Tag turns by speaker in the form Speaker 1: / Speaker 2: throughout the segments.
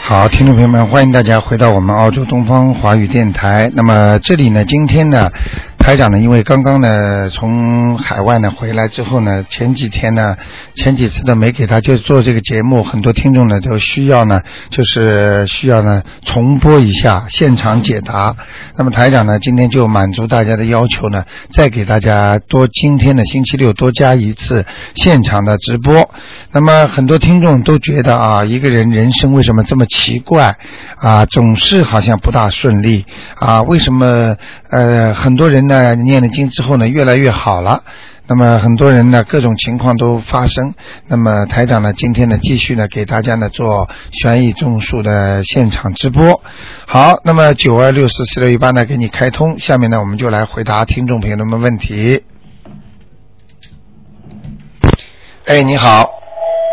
Speaker 1: 好，听众朋友们，欢迎大家回到我们澳洲东方华语电台。那么这里呢，今天呢，台长呢，因为刚刚呢从海外呢回来之后呢，前几天呢，前几次呢没给他就做这个节目，很多听众呢都需要呢，就是需要呢重播一下现场解答。那么台长呢，今天就满足大家的要求呢，再给大家多今天的星期六多加一次现场的直播。那么很多听众都觉得啊，一个人人生为什么这么奇怪啊，总是好像不大顺利啊？为什么呃很多人呢念了经之后呢越来越好了？那么很多人呢，各种情况都发生。那么台长呢，今天呢，继续呢，给大家呢做悬疑综述的现场直播。好，那么九二六四四六一八呢，给你开通。下面呢，我们就来回答听众朋友们问题。哎，你好，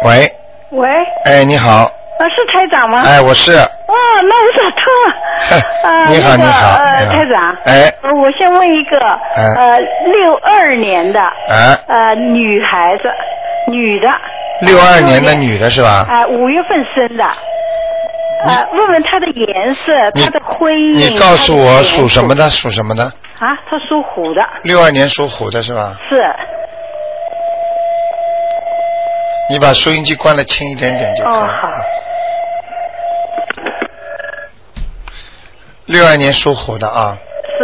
Speaker 1: 喂，
Speaker 2: 喂，
Speaker 1: 哎，你好，
Speaker 2: 呃，是台长吗？
Speaker 1: 哎，我是，
Speaker 2: 哦，那我打通了。呃，
Speaker 1: 你好，
Speaker 2: 那个
Speaker 1: 你好，
Speaker 2: 呃，
Speaker 1: 你好
Speaker 2: 台长，
Speaker 1: 哎，
Speaker 2: 呃我先问一个，呃，六二年的
Speaker 1: 哎，
Speaker 2: 呃女孩子，女的，啊
Speaker 1: 六二年的
Speaker 2: 62
Speaker 1: 女的是吧？
Speaker 2: 哎，五月份生的，呃，问问她的颜色，
Speaker 1: 你
Speaker 2: 她的婚姻，
Speaker 1: 你告诉
Speaker 2: 她的
Speaker 1: 我
Speaker 2: 颜
Speaker 1: 属什么的？属什么的？
Speaker 2: 啊？她属虎的，
Speaker 1: 六二年属虎的是吧？
Speaker 2: 是，
Speaker 1: 你把收音机关的轻一点点就可以啊
Speaker 2: 哦好
Speaker 1: 了。六二年属虎的啊，
Speaker 2: 是，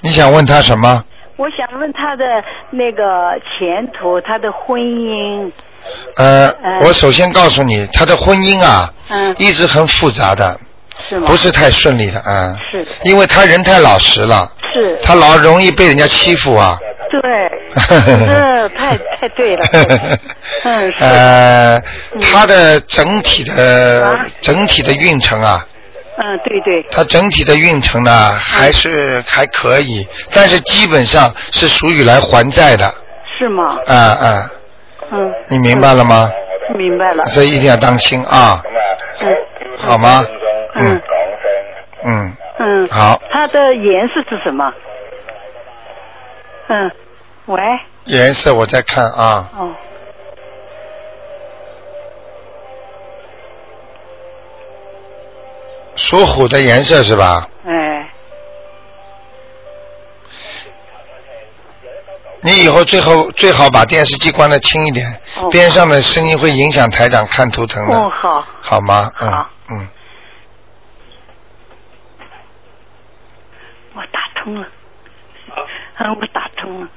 Speaker 1: 你想问他什么？
Speaker 2: 我想问她的那个前途，她的婚姻，
Speaker 1: 呃，
Speaker 2: 呃
Speaker 1: 我首先告诉你，他的婚姻啊，
Speaker 2: 嗯，
Speaker 1: 一直很复杂的，
Speaker 2: 是吗？
Speaker 1: 不，是太顺利的啊。
Speaker 2: 是
Speaker 1: 因为他人太老实了，
Speaker 2: 是，
Speaker 1: 他老容易被人家欺负啊。
Speaker 2: 对，这嗯太太对了，嗯是，嗯
Speaker 1: 呃，他的整体的
Speaker 2: 啊
Speaker 1: 整体的运程啊，
Speaker 2: 嗯对对，
Speaker 1: 它整体的运程
Speaker 2: 嗯
Speaker 1: 呢还是还可以，但是基本上是属于来还债的，
Speaker 2: 是吗？
Speaker 1: 啊啊，
Speaker 2: 嗯，
Speaker 1: 你明白了吗？
Speaker 2: 明 白了，
Speaker 1: 所以一定要当心啊，
Speaker 2: 嗯
Speaker 1: 好吗？
Speaker 2: 嗯
Speaker 1: 嗯，
Speaker 2: 嗯，
Speaker 1: 好，
Speaker 2: 它的颜色是什么？嗯，喂，
Speaker 1: 颜色我再看啊，
Speaker 2: 哦，
Speaker 1: 属虎的颜色是吧？
Speaker 2: 哎，
Speaker 1: 你以后最后最好把电视机关的轻一点
Speaker 2: 哦，
Speaker 1: 边上的声音会影响台长看图腾
Speaker 2: 哦
Speaker 1: 的，
Speaker 2: 好，
Speaker 1: 好吗？嗯
Speaker 2: 好
Speaker 1: 嗯，
Speaker 2: 我打通了，嗯，我打通了，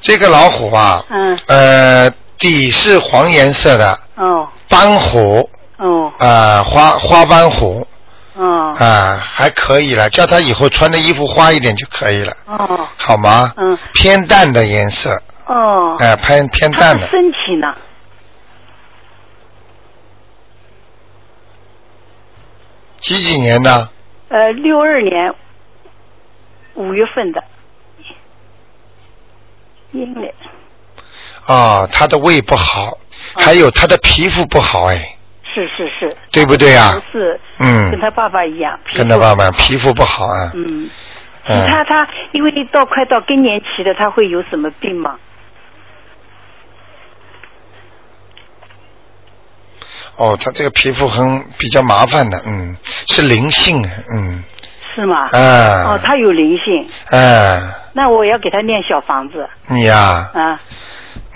Speaker 1: 这个老虎啊，
Speaker 2: 嗯，
Speaker 1: 呃，底是黄颜色的
Speaker 2: 哦
Speaker 1: 斑虎。
Speaker 2: 哦
Speaker 1: 啊、花花斑虎
Speaker 2: 哦
Speaker 1: 啊、还可以了，叫他以后穿的衣服花一点就可以了，
Speaker 2: 哦
Speaker 1: 好吗？
Speaker 2: 嗯
Speaker 1: 偏淡的颜色，
Speaker 2: 哦，
Speaker 1: 哎、偏偏
Speaker 2: 它
Speaker 1: 淡
Speaker 2: 的
Speaker 1: 的，
Speaker 2: 身体呢？
Speaker 1: 几几年的？
Speaker 2: 呃，六二年五月份的，阴历
Speaker 1: 啊，他的胃不好，还有他的皮肤不好，哎，
Speaker 2: 是是是，
Speaker 1: 对不对啊
Speaker 2: 不？是
Speaker 1: 嗯
Speaker 2: 跟，他爸爸一样，
Speaker 1: 跟他爸爸皮肤不好啊，
Speaker 2: 嗯，他
Speaker 1: 嗯，
Speaker 2: 他因为到快到更年期了，他会有什么病吗？
Speaker 1: 哦，他这个皮肤很比较麻烦的，嗯，是灵性，嗯，
Speaker 2: 是吗？
Speaker 1: 啊，
Speaker 2: 哦，他有灵性，
Speaker 1: 啊，
Speaker 2: 那我要给他念小房子
Speaker 1: 你呀、
Speaker 2: 啊。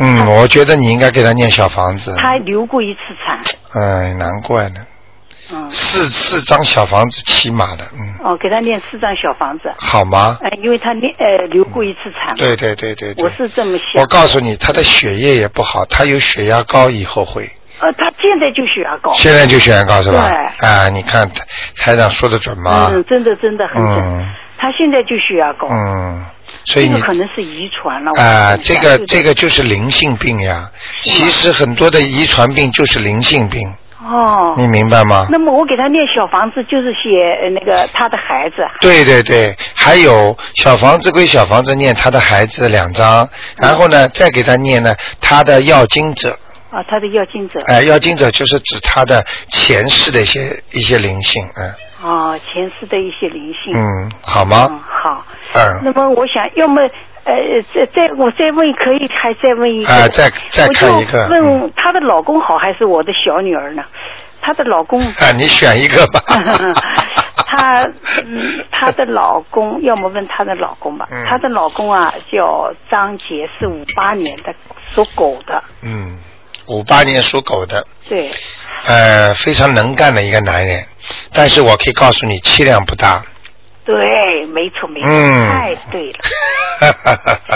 Speaker 1: 嗯，我觉得你应该给他念小房子，
Speaker 2: 他流过一次产，
Speaker 1: 哎，难怪呢。
Speaker 2: 嗯，
Speaker 1: 四四张小房子起码的，嗯，
Speaker 2: 哦，给他念四张小房子，
Speaker 1: 好吗？
Speaker 2: 哎，因为他念呃流过一次产，
Speaker 1: 对对对对对。
Speaker 2: 我是这么想
Speaker 1: 我。告诉你，他的血液也不好，他有血压高，以后会。
Speaker 2: 呃，他现在就血压高。
Speaker 1: 现在就血压高是吧？
Speaker 2: 对
Speaker 1: 啊，你看台台长说的准吗？
Speaker 2: 嗯，真的真的很准。
Speaker 1: 嗯
Speaker 2: 他现在就血压高，
Speaker 1: 嗯所以
Speaker 2: 这
Speaker 1: 你
Speaker 2: 个可能是遗传了。
Speaker 1: 啊、
Speaker 2: 我跟你
Speaker 1: 这
Speaker 2: 讲
Speaker 1: 个
Speaker 2: 对
Speaker 1: 这个就是灵性病呀。
Speaker 2: 是
Speaker 1: 其
Speaker 2: 吗
Speaker 1: 实很多的遗传病就是灵性病，
Speaker 2: 哦。
Speaker 1: 你明白吗？
Speaker 2: 那么我给他念小房子，就是写呃那个他的孩子。
Speaker 1: 对对对，还有小房子归小房子念他的孩子两张，
Speaker 2: 嗯
Speaker 1: 然后呢，再给他念呢他的要经者，
Speaker 2: 啊，他的要经者。
Speaker 1: 哎、要经者就是指他的前世的一些一些灵性，嗯
Speaker 2: 啊哦，前世的一些灵性。
Speaker 1: 嗯，好吗？
Speaker 2: 嗯好。
Speaker 1: 嗯。
Speaker 2: 那么我想要么呃再再我再问可以还再问一个。
Speaker 1: 啊，再再看一个。嗯
Speaker 2: 问她的老公好还是我的小女儿呢？她的老 公
Speaker 1: 啊，你选一个 吧。
Speaker 2: 她嗯，她的老公，要么问她的老公吧。她、
Speaker 1: 嗯
Speaker 2: 的老公啊，叫张杰，是五八年的，属狗的。
Speaker 1: 嗯，五八年属狗的，
Speaker 2: 对，
Speaker 1: 呃，非常能干的一个男人，但是我可以告诉你，气量不大。
Speaker 2: 对，没错，没错，
Speaker 1: 嗯
Speaker 2: 太 对了，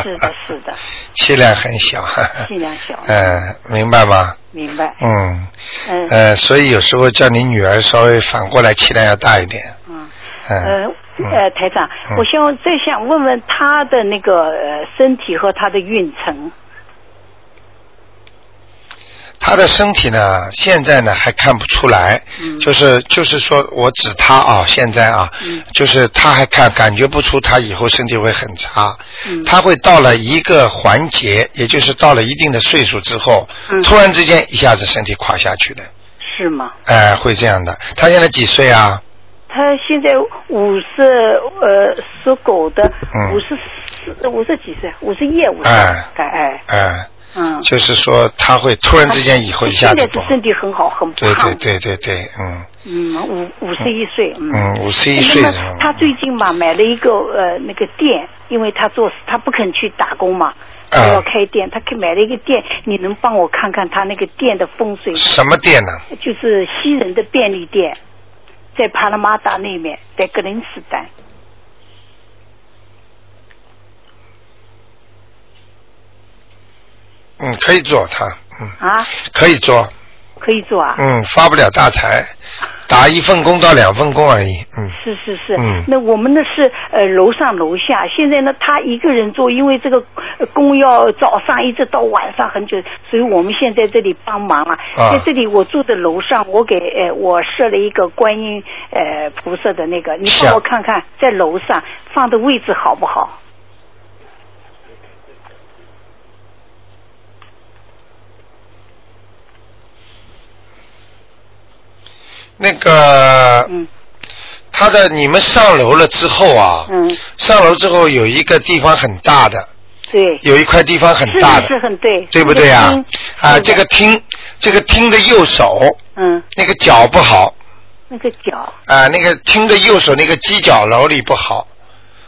Speaker 2: 是的，是的，
Speaker 1: 气量很小。
Speaker 2: 气量小，
Speaker 1: 嗯，明白吗？
Speaker 2: 明白，
Speaker 1: 嗯，
Speaker 2: 嗯
Speaker 1: 呃，所以有时候叫你女儿稍微反过来气量要大一点。
Speaker 2: 嗯。呃
Speaker 1: 嗯，
Speaker 2: 呃，台长，
Speaker 1: 嗯
Speaker 2: 我想再想问问他的那个呃身体和他的运程，
Speaker 1: 她的身体呢，现在呢还看不出来，
Speaker 2: 嗯
Speaker 1: 就是就是说我指她啊，现在啊，
Speaker 2: 嗯
Speaker 1: 就是她还看感觉不出她以后身体会很差，
Speaker 2: 嗯
Speaker 1: 她会到了一个环节，也就是到了一定的岁数之后，
Speaker 2: 嗯
Speaker 1: 突然之间一下子身体垮下去的，
Speaker 2: 是吗？
Speaker 1: 哎、会这样的。她现在几岁啊？
Speaker 2: 他现在五十呃属狗的
Speaker 1: 嗯，
Speaker 2: 五十四五十几岁，五十一五十，
Speaker 1: 哎
Speaker 2: 该哎，
Speaker 1: 哎、
Speaker 2: 嗯，
Speaker 1: 就是说她会突然之间以后一下
Speaker 2: 现
Speaker 1: 子
Speaker 2: 在
Speaker 1: 不
Speaker 2: 的
Speaker 1: 好。
Speaker 2: 身体很好，很
Speaker 1: 对对
Speaker 2: 胖，
Speaker 1: 对对对，嗯
Speaker 2: 嗯，五五十一岁，嗯。
Speaker 1: 嗯，五十一岁
Speaker 2: 那
Speaker 1: 的嗯
Speaker 2: 么
Speaker 1: 人，
Speaker 2: 他最近嘛买了一个呃那个店，因为他做他不肯去打工嘛，他
Speaker 1: 啊
Speaker 2: 要开店，他开买了一个店，你能帮我看看他那个店的风水吗？
Speaker 1: 什么店呢？
Speaker 2: 就是西人的便利店，在帕拉马达那面，在格林斯坦。
Speaker 1: 嗯，可以做她，嗯，
Speaker 2: 啊，
Speaker 1: 可以做，
Speaker 2: 可以做啊？
Speaker 1: 嗯，发不了大财，打一份工到两份工而已。嗯，
Speaker 2: 是是是，
Speaker 1: 嗯
Speaker 2: 那我们呢是呃楼上楼下，现在呢他一个人做，因为这个呃工要早上一直到晚上很久，所以我们现在这里帮忙啊，
Speaker 1: 啊
Speaker 2: 在这里我住的楼上，我给呃我设了一个观音呃菩萨的那个，你
Speaker 1: 像
Speaker 2: 帮我看看在楼上放的位置好不好？
Speaker 1: 那个
Speaker 2: 嗯
Speaker 1: 他的你们上楼了之后啊，
Speaker 2: 嗯，
Speaker 1: 上楼之后有一个地方很大的，
Speaker 2: 对，
Speaker 1: 有一块地方很
Speaker 2: 是
Speaker 1: 大
Speaker 2: 是
Speaker 1: 的，
Speaker 2: 是很对，
Speaker 1: 对不对啊
Speaker 2: 那个厅？
Speaker 1: 啊，
Speaker 2: 是的
Speaker 1: 这个厅，这个厅的右手
Speaker 2: 嗯
Speaker 1: 那个脚不好
Speaker 2: 那个脚
Speaker 1: 啊，那个厅的右手那个犄角楼里不好，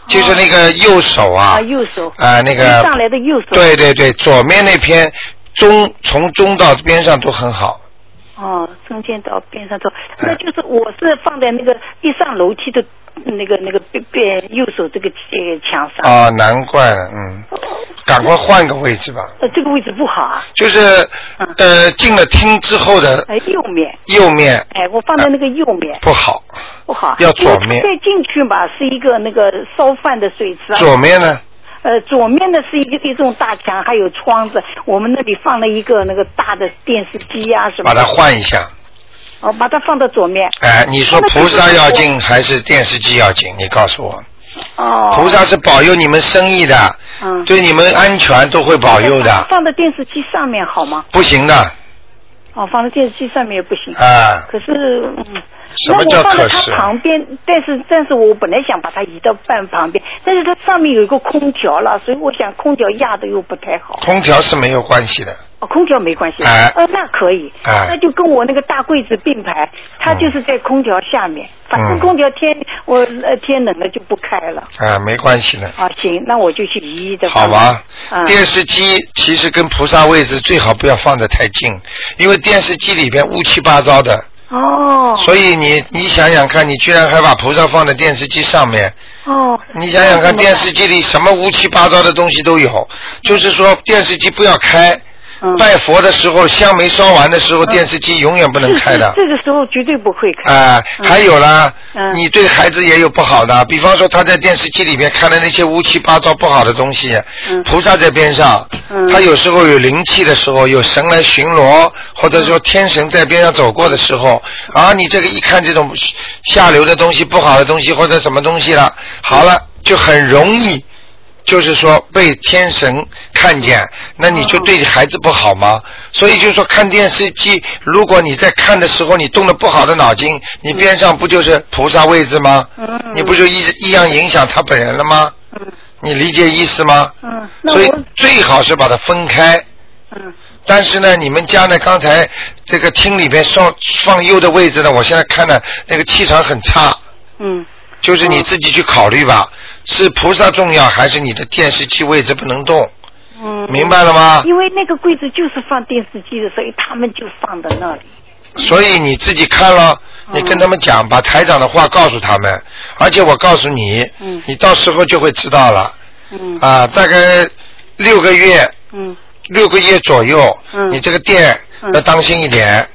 Speaker 1: 就是那个右手啊
Speaker 2: 啊，右手
Speaker 1: 啊那个
Speaker 2: 上来的右手
Speaker 1: 对对对，左面那篇中从中到边上都很好。
Speaker 2: 哦，中间到边上走，
Speaker 1: 嗯
Speaker 2: 那就是我是放在那个一上楼梯的那个那个边边右手这个呃墙上，
Speaker 1: 哦，难怪了，嗯，赶快换个位置吧。
Speaker 2: 呃这个位置不好啊，
Speaker 1: 就是
Speaker 2: 嗯
Speaker 1: 呃，进了厅之后的
Speaker 2: 呃右面，
Speaker 1: 右面
Speaker 2: 哎我放在那个右面
Speaker 1: 不好，
Speaker 2: 不好，啊
Speaker 1: 啊要左
Speaker 2: 因为
Speaker 1: 面
Speaker 2: 再进去吧是一个那个烧饭的水池啊，
Speaker 1: 左面呢？
Speaker 2: 呃左面的是一个一种大墙，还有窗子，我们那里放了一个那个大的电视机啊什么
Speaker 1: 把它
Speaker 2: 的，
Speaker 1: 换一下。
Speaker 2: 哦把它放到左面，
Speaker 1: 哎，你说菩萨要紧还是电视机要紧？你告诉我，
Speaker 2: 哦
Speaker 1: 菩萨是保佑你们生意的，
Speaker 2: 嗯
Speaker 1: 对你们安全都会保佑的，
Speaker 2: 放到电视机上面好吗？
Speaker 1: 不行的
Speaker 2: 哦，放在电视机上面也不行。
Speaker 1: 啊。
Speaker 2: 可是，嗯，
Speaker 1: 什
Speaker 2: 那
Speaker 1: 么
Speaker 2: 我
Speaker 1: 叫
Speaker 2: 放在
Speaker 1: 可啊
Speaker 2: 它
Speaker 1: 是？
Speaker 2: 旁边，但是但是我本来想把它移到半旁边，但是它上面有一个空调了，所以我想空调压的又不太好。
Speaker 1: 空调是没有关系的，
Speaker 2: 哦，空调没关系，
Speaker 1: 哎
Speaker 2: 呃，那可以，
Speaker 1: 哎
Speaker 2: 那就跟我那个大柜子并排，它
Speaker 1: 嗯
Speaker 2: 就是在空调下面，反
Speaker 1: 嗯
Speaker 2: 正空调天我呃天冷了就不开了。
Speaker 1: 啊，没关系的。
Speaker 2: 啊，行，那我就去移的。
Speaker 1: 好吧，
Speaker 2: 嗯，
Speaker 1: 电视机其实跟菩萨位置最好不要放得太近，因为电视机里边乌七八糟的，
Speaker 2: 哦，
Speaker 1: 所以你你想想看，你居然还把菩萨放在电视机上面，
Speaker 2: 哦，
Speaker 1: 你想想
Speaker 2: 那怎
Speaker 1: 看，
Speaker 2: 么
Speaker 1: 电视机里什么乌七八糟的东西都有，就是说电视机不要开，
Speaker 2: 办嗯
Speaker 1: 拜佛的时候香没烧完的时候，电视机永远不能开的
Speaker 2: 是。是这个时候绝对不会开。
Speaker 1: 啊、
Speaker 2: 嗯
Speaker 1: 还有啦，
Speaker 2: 嗯
Speaker 1: 你对孩子也有不好的，比方说他在电视机里面看的那些乌七八糟不好的东西，
Speaker 2: 嗯
Speaker 1: 菩萨在边上，
Speaker 2: 嗯
Speaker 1: 他有时候有灵气的时候，有神来巡逻，或者说天神在边上走过的时候，啊，你这个一看这种下流的东西、不好的东西或者什么东西了，好了，就很容易就是说被天神看见，那你就对孩子不好吗？所以就是说看电视机，如果你在看的时候你动了不好的脑筋，你边上不就是菩萨位置吗？
Speaker 3: 嗯
Speaker 1: 啊你不就一一样影响他本人了吗？
Speaker 3: 嗯
Speaker 1: 你理解意思吗？
Speaker 3: 嗯，那
Speaker 1: 所以
Speaker 3: 我
Speaker 1: 最好是把它分开。
Speaker 3: 嗯
Speaker 1: 但是呢，你们家呢，刚才这个厅里边放放优的位置呢，我现在看呢，那个气场很差，
Speaker 3: 嗯
Speaker 1: 就是你自己去考虑吧，是菩萨重要还是你的电视机位置不能动？
Speaker 3: 嗯，
Speaker 1: 明白了吗？
Speaker 3: 因为那个柜子就是放电视机的，所以他们就放在那里。嗯
Speaker 1: 所以你自己看了，你跟他们讲，把台长的话告诉他们，而且我告诉你
Speaker 3: 嗯，
Speaker 1: 你到时候就会知道了
Speaker 3: 嗯
Speaker 1: 啊，大概六个月
Speaker 3: 嗯
Speaker 1: 六个月左右，
Speaker 3: 嗯
Speaker 1: 你这个店
Speaker 3: 嗯
Speaker 1: 要当心一点，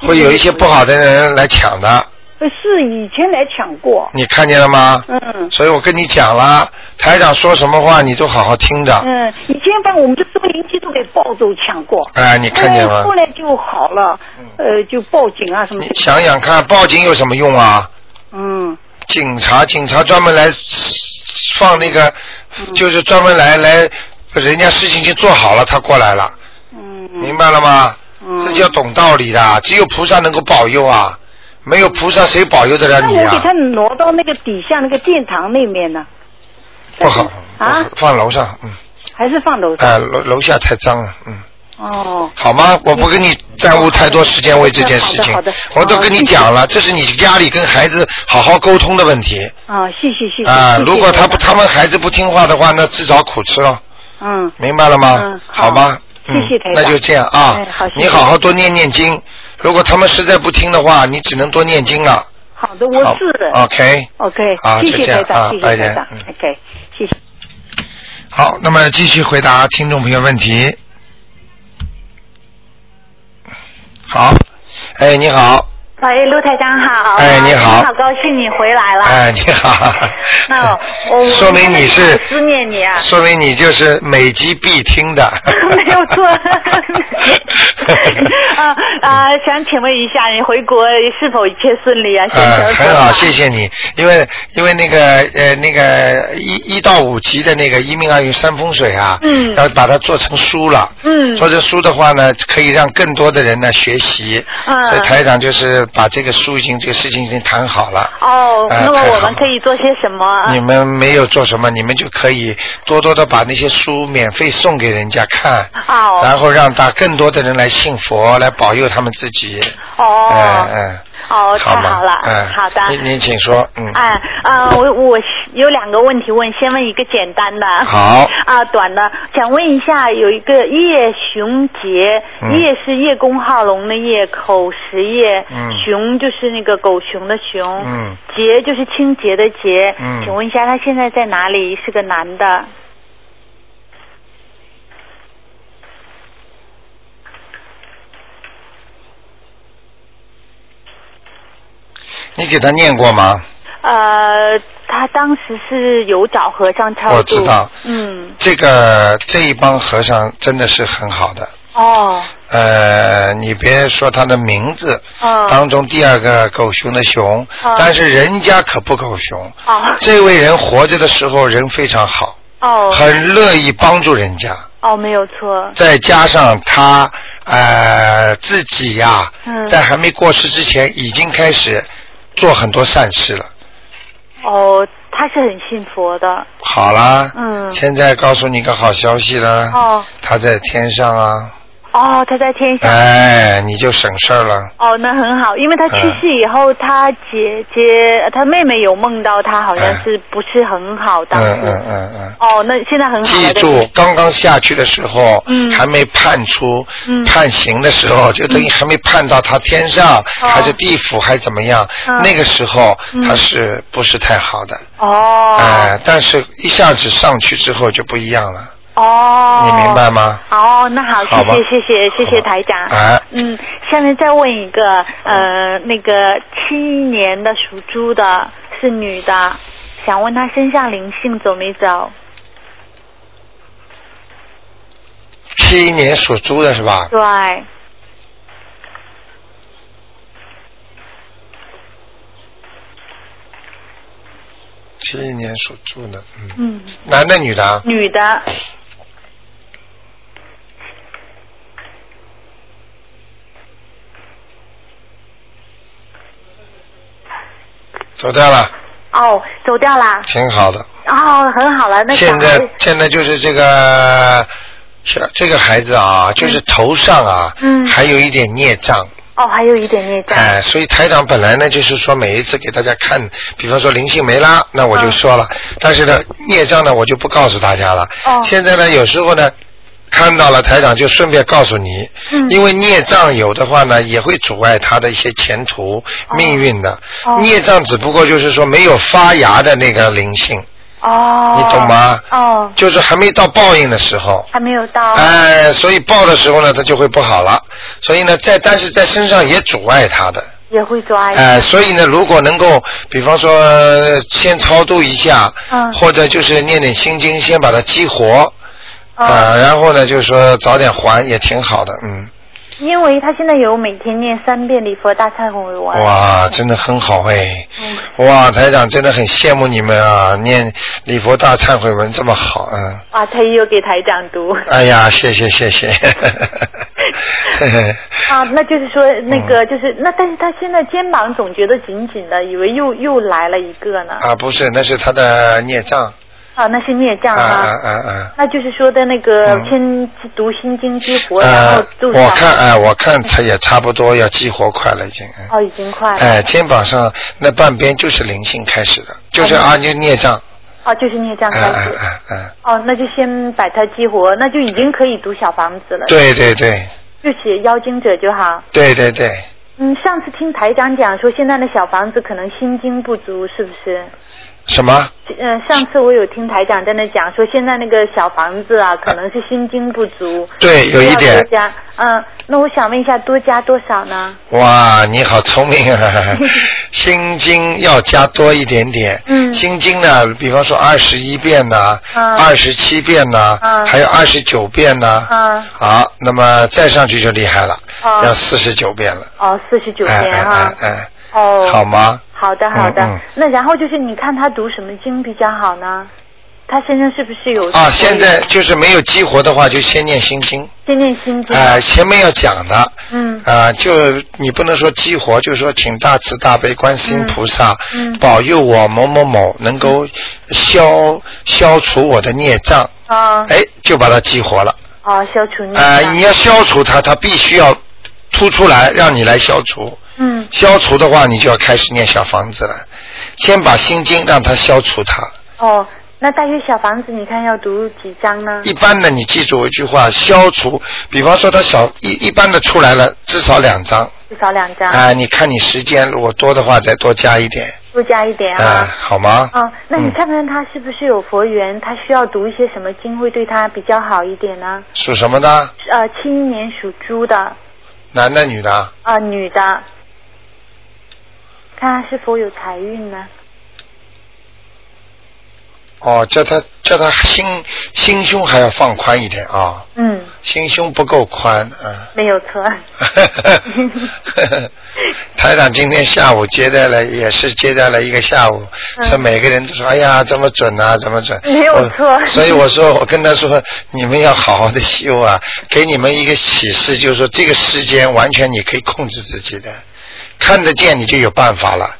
Speaker 1: 会有一些不好的人来抢的，
Speaker 3: 呃是以前来抢过。
Speaker 1: 你看见了吗？
Speaker 3: 嗯
Speaker 1: 所以我跟你讲了，台长说什么话你都好好听着，
Speaker 3: 嗯，以前把我们的收银机都给暴走抢过。
Speaker 1: 哎，你看见
Speaker 3: 哎
Speaker 1: 吗嗯
Speaker 3: 后？来就好了，呃，就报警啊什么
Speaker 1: 你。想想看，报警有什么用啊？
Speaker 3: 嗯
Speaker 1: 警察，警察专门来放那个，
Speaker 3: 嗯
Speaker 1: 就是专门来来，人家事情已经做好了，他过来了，
Speaker 3: 嗯。
Speaker 1: 明白了吗？
Speaker 3: 嗯
Speaker 1: 自己要懂道理的，只有菩萨能够保佑啊，没有菩萨谁保佑得了
Speaker 3: 那
Speaker 1: 你
Speaker 3: 我给
Speaker 1: 啊
Speaker 3: 他？挪到那个底下那个殿堂那面呢，
Speaker 1: 不好，
Speaker 3: 啊
Speaker 1: 不好放楼上，嗯，
Speaker 3: 还是放楼 上？
Speaker 1: 哎、楼楼下太脏了，嗯。
Speaker 3: 哦，
Speaker 1: 好吗？我不跟你耽误太多时间为这件事情
Speaker 3: 好的好的，好的
Speaker 1: 我都跟你讲了，这是你家里跟孩子好好沟通的问题
Speaker 3: 啊，谢谢谢谢。
Speaker 1: 啊
Speaker 3: 谢。谢
Speaker 1: 如果他不
Speaker 3: 台
Speaker 1: 他
Speaker 3: 长
Speaker 1: 们孩子不听话的话，那自找苦吃了，
Speaker 3: 嗯
Speaker 1: 明白了吗
Speaker 3: 嗯？
Speaker 1: 好
Speaker 3: 好
Speaker 1: 吗？
Speaker 3: 谢
Speaker 1: 嗯
Speaker 3: 谢台
Speaker 1: 那
Speaker 3: 长
Speaker 1: 就这样啊
Speaker 3: 哎好谢。谢
Speaker 1: 你好好多念念经，如果他们实在不听的话，你只能多念经了。
Speaker 3: 好的，我
Speaker 1: 好
Speaker 3: 是的。
Speaker 1: OK。
Speaker 3: OK，
Speaker 1: 好
Speaker 3: 谢
Speaker 1: 就这
Speaker 3: 谢
Speaker 1: 样
Speaker 3: 台
Speaker 1: 啊
Speaker 3: 长，谢
Speaker 1: 再
Speaker 3: 谢
Speaker 1: 见
Speaker 3: 台长
Speaker 1: 嗯
Speaker 3: ，OK，谢谢。
Speaker 1: 好，那么继续回答听众朋友问题。好，哎，你好，
Speaker 2: 喂，陆台长好。啊
Speaker 1: 哎你好
Speaker 2: 好高兴你回来了。
Speaker 1: 哎，你好。
Speaker 2: 那 我
Speaker 1: 说明你是
Speaker 2: 我真的好思念你 啊。
Speaker 1: 说明你就是每集必听的
Speaker 2: 没有 错。啊啊，想请问一下，你回国是否一切顺利啊？先
Speaker 1: 呃，
Speaker 2: 求
Speaker 1: 很好，谢
Speaker 2: 谢。
Speaker 1: 谢你，因为因为那个呃那个一一到五级的那个一命二运三风水啊，
Speaker 2: 嗯
Speaker 1: 要把它做成书了，
Speaker 2: 嗯
Speaker 1: 做成书的话呢，可以让更多的人呢学习，
Speaker 2: 嗯
Speaker 1: 所以台长就是把这个书已经这个事情已经谈好了，
Speaker 2: 哦，
Speaker 1: 哎
Speaker 2: 那么
Speaker 1: 太好
Speaker 2: 我们
Speaker 1: 了
Speaker 2: 可以做些什么啊
Speaker 1: 你？们没有做什么，你们就可以多多的把那些书免费送给人家看，
Speaker 2: 哦
Speaker 1: 然后让大更多的人来信佛，来保佑他们自己。
Speaker 2: 哦
Speaker 1: 嗯嗯，
Speaker 2: 哦，太
Speaker 1: 吗
Speaker 2: 好了
Speaker 1: 嗯，，
Speaker 2: 好的。
Speaker 1: 你你请说，嗯，
Speaker 2: 哎，啊，我我有两个问题问，先问一个简单的。
Speaker 1: 好，
Speaker 2: 啊，短的，想问一下，有一个叶雄杰，
Speaker 1: 嗯
Speaker 2: 叶是叶公好龙的叶，口实叶，
Speaker 1: 嗯
Speaker 2: 熊就是那个狗熊的熊，
Speaker 1: 嗯
Speaker 2: 杰就是清洁的洁，
Speaker 1: 嗯
Speaker 2: 请问一下他现在在哪里？是个男的。
Speaker 1: 你给他念过吗？
Speaker 2: 呃，他当时是有找和尚超度，
Speaker 1: 我知道
Speaker 2: 嗯，
Speaker 1: 这个这一帮和尚真的是很好的，
Speaker 2: 哦，
Speaker 1: 呃，你别说他的名字，
Speaker 2: 嗯
Speaker 1: 当中第二个狗熊的熊，
Speaker 2: 嗯
Speaker 1: 但是人家可不狗熊，
Speaker 2: 哦，
Speaker 1: 这位人活着的时候人非常好，
Speaker 2: 哦，
Speaker 1: 很乐意帮助人家，
Speaker 2: 哦，没有错，
Speaker 1: 再加上他呃自己呀、
Speaker 2: 嗯
Speaker 1: 在还没过世之前已经开始做很多善事了。
Speaker 2: 哦，他是很信佛的，
Speaker 1: 好啦，
Speaker 2: 嗯
Speaker 1: 现在告诉你个好消息啦，
Speaker 2: 哦
Speaker 1: 他在天上啊，
Speaker 2: 哦，他在天上。
Speaker 1: 哎，你就省事儿了。
Speaker 2: 哦，那很好，因为他去世以后，他姐姐、他妹妹有梦到他，好像是不是很好，当
Speaker 1: 嗯
Speaker 2: 时。
Speaker 1: 嗯嗯嗯。
Speaker 2: 哦，那现在很好
Speaker 1: 记
Speaker 2: 了。
Speaker 1: 住，刚刚下去的时候，
Speaker 2: 嗯
Speaker 1: 还没判出、
Speaker 2: 嗯
Speaker 1: 判刑的时候，就等于还没判到他天上、
Speaker 2: 哦
Speaker 1: 还是地府还怎么样，
Speaker 2: 嗯
Speaker 1: 那个时候、
Speaker 2: 嗯
Speaker 1: 他是不是太好的？
Speaker 2: 哦。
Speaker 1: 哎、但是一下子上去之后就不一样了，
Speaker 2: 哦。
Speaker 1: 哎你明白？吗？
Speaker 2: 哦，那好，
Speaker 1: 好吧
Speaker 2: 谢谢谢谢谢谢台长。
Speaker 1: 哎
Speaker 2: 嗯，下面再问一个，呃，那个七一年的属猪的是女的，想问她身上灵性走没走？
Speaker 1: 七一年属猪的是吧？
Speaker 2: 对，
Speaker 1: 七一年属猪的，嗯，
Speaker 2: 嗯，
Speaker 1: 男的女的啊？
Speaker 2: 女的，
Speaker 1: 走掉了，
Speaker 2: 哦，走掉啦，
Speaker 1: 挺好的。
Speaker 2: 哦，很好了，那小
Speaker 1: 现在
Speaker 2: 孩，
Speaker 1: 现在就是这个，这这个孩子啊，就是头上啊，
Speaker 2: 嗯
Speaker 1: 还有一点孽障，
Speaker 2: 哦，还有一点孽障，
Speaker 1: 哎，所以台长本来呢，就是说每一次给大家看，比方说灵性没啦，那我
Speaker 2: 嗯
Speaker 1: 就说了，但是呢，孽障呢，我就不告诉大家了。
Speaker 2: 哦
Speaker 1: 现在呢，有时候呢。看到了台长就顺便告诉你，
Speaker 2: 嗯
Speaker 1: 因为孽障有的话呢，也会阻碍他的一些前途、命运的。
Speaker 2: 哦
Speaker 1: 孽障只不过就是说没有发芽的那个灵性，
Speaker 2: 哦，
Speaker 1: 你懂吗
Speaker 2: 哦，
Speaker 1: 就是还没到报应的时候。
Speaker 2: 还没有到，
Speaker 1: 哎，所以报的时候呢，它就会不好了。所以呢，在但是在身上也阻碍他的。
Speaker 2: 也会做爱，
Speaker 1: 哎、所以呢，如果能够，比方说呃先超度一下，
Speaker 2: 嗯
Speaker 1: 或者就是念点心经，先把它激活，啊、
Speaker 2: 哦，
Speaker 1: 然后呢，就是说早点还也挺好的，嗯，
Speaker 2: 因为他现在有每天念三遍礼佛大忏悔文，
Speaker 1: 哇，真的很好哎，
Speaker 2: 嗯，
Speaker 1: 哇，台长真的很羡慕你们啊，念礼佛大忏悔文这么好，嗯，
Speaker 2: 哇，他也有给台长 读，
Speaker 1: 哎呀，谢谢谢 谢，
Speaker 2: 啊，那就是说那个
Speaker 1: 嗯
Speaker 2: 就是、那，但是他现在肩膀总觉得紧紧的，以为又又来了一个呢，
Speaker 1: 啊，不是，那是他的孽障，
Speaker 2: 啊，那是孽
Speaker 1: 啊
Speaker 2: 障吗？
Speaker 1: 啊啊啊。
Speaker 2: 那就是说的那个
Speaker 1: 嗯
Speaker 2: 先读心经激活，然
Speaker 1: 呃
Speaker 2: 后，就
Speaker 1: 我
Speaker 2: 想
Speaker 1: 看哎、我看他也差不多要激活快了，已经。嗯
Speaker 2: 哦，已经快了，
Speaker 1: 哎，肩膀上那半边就是灵性开始的，就是
Speaker 2: 哎
Speaker 1: 啊，就孽障，
Speaker 2: 哦，就是孽障
Speaker 1: 哎
Speaker 2: 开
Speaker 1: 哎
Speaker 2: 始，
Speaker 1: 哎哎，
Speaker 2: 哦，那就先把它激活，那就已经可以读小房子了，，
Speaker 1: 对对对
Speaker 2: 就写妖精者就好。
Speaker 1: 对对对，
Speaker 2: 嗯，上次听台长讲说，现在的小房子可能心经不足，是不是？
Speaker 1: 什么？
Speaker 2: 嗯，上次我有听台长在那讲说，现在那个小房子啊，可能是心经不足，
Speaker 1: 对，有一
Speaker 2: 要
Speaker 1: 点
Speaker 2: 多，加。嗯，那我想问一下，多加多少呢？
Speaker 1: 哇，你好聪明啊！ 心经要加多一点点，
Speaker 2: 嗯
Speaker 1: 心经呢，比方说二十一遍呐，
Speaker 2: 嗯
Speaker 1: 二十七遍呐，
Speaker 2: 嗯
Speaker 1: 还有二十九遍呐，
Speaker 2: 嗯
Speaker 1: 好，那么再上去就厉害了，
Speaker 2: 哦
Speaker 1: 要四十九遍了，
Speaker 2: 哦，四十九
Speaker 1: 哎
Speaker 2: 天
Speaker 1: 哎
Speaker 2: 啊
Speaker 1: 哎。哎，
Speaker 2: 哦。
Speaker 1: 好吗？
Speaker 2: 好的，好的。
Speaker 1: 嗯嗯
Speaker 2: 那然后就是，你看他读什么经比较好呢？他身上是不是有
Speaker 1: 啊，现在
Speaker 2: 嗯
Speaker 1: 就是没有激活的话，就先念心经。
Speaker 2: 先念心经？
Speaker 1: 啊、前面要讲的，啊、
Speaker 2: 嗯，
Speaker 1: 就你不能说激活，就是说请大慈大悲观世音菩萨、
Speaker 2: 嗯嗯
Speaker 1: 保佑我某某某能够消消除我的孽障，
Speaker 2: 啊，
Speaker 1: 哎，就把它激活了。
Speaker 2: 哦，消除孽
Speaker 1: 啊、
Speaker 2: 障
Speaker 1: 你要消除它，它必须要突出来，让你来消除。
Speaker 2: 嗯，
Speaker 1: 消除的话，你就要开始念小房子了，先把心经让它消除它。
Speaker 2: 哦，那大约小房子，你看要读几章呢？
Speaker 1: 一般的，你记住一句话，消除。比方说，它小一一般的出来了，至少两张。
Speaker 2: 至少两章，
Speaker 1: 啊、你看你时间如果多的话，再多加一点，
Speaker 2: 多加一点
Speaker 1: 啊、
Speaker 2: 啊。
Speaker 1: 好吗？
Speaker 2: 哦，那你
Speaker 1: 嗯
Speaker 2: 看看他是不是有佛缘？他需要读一些什么经会对他比较好一点呢？
Speaker 1: 属什么的？
Speaker 2: 呃，七一年属猪的，啊、
Speaker 1: 男的女的啊？
Speaker 2: 女的，看他是否有财运呢？
Speaker 1: 哦，叫他叫他心心胸还要放宽一点啊、
Speaker 2: 嗯，
Speaker 1: 心胸不够宽啊。
Speaker 2: 没有 错。
Speaker 1: 台长今天下午接待了，也是接待了一个下午，
Speaker 2: 嗯
Speaker 1: 说每个人都说：“哎呀，怎么准啊，怎么准？”
Speaker 2: 没有
Speaker 1: 我
Speaker 2: 错
Speaker 1: 所以我说，我跟他说，你们要好好的修 啊，给你们一个启示，就是说这个世间完全你可以控制自己的，看得见你就有办法了，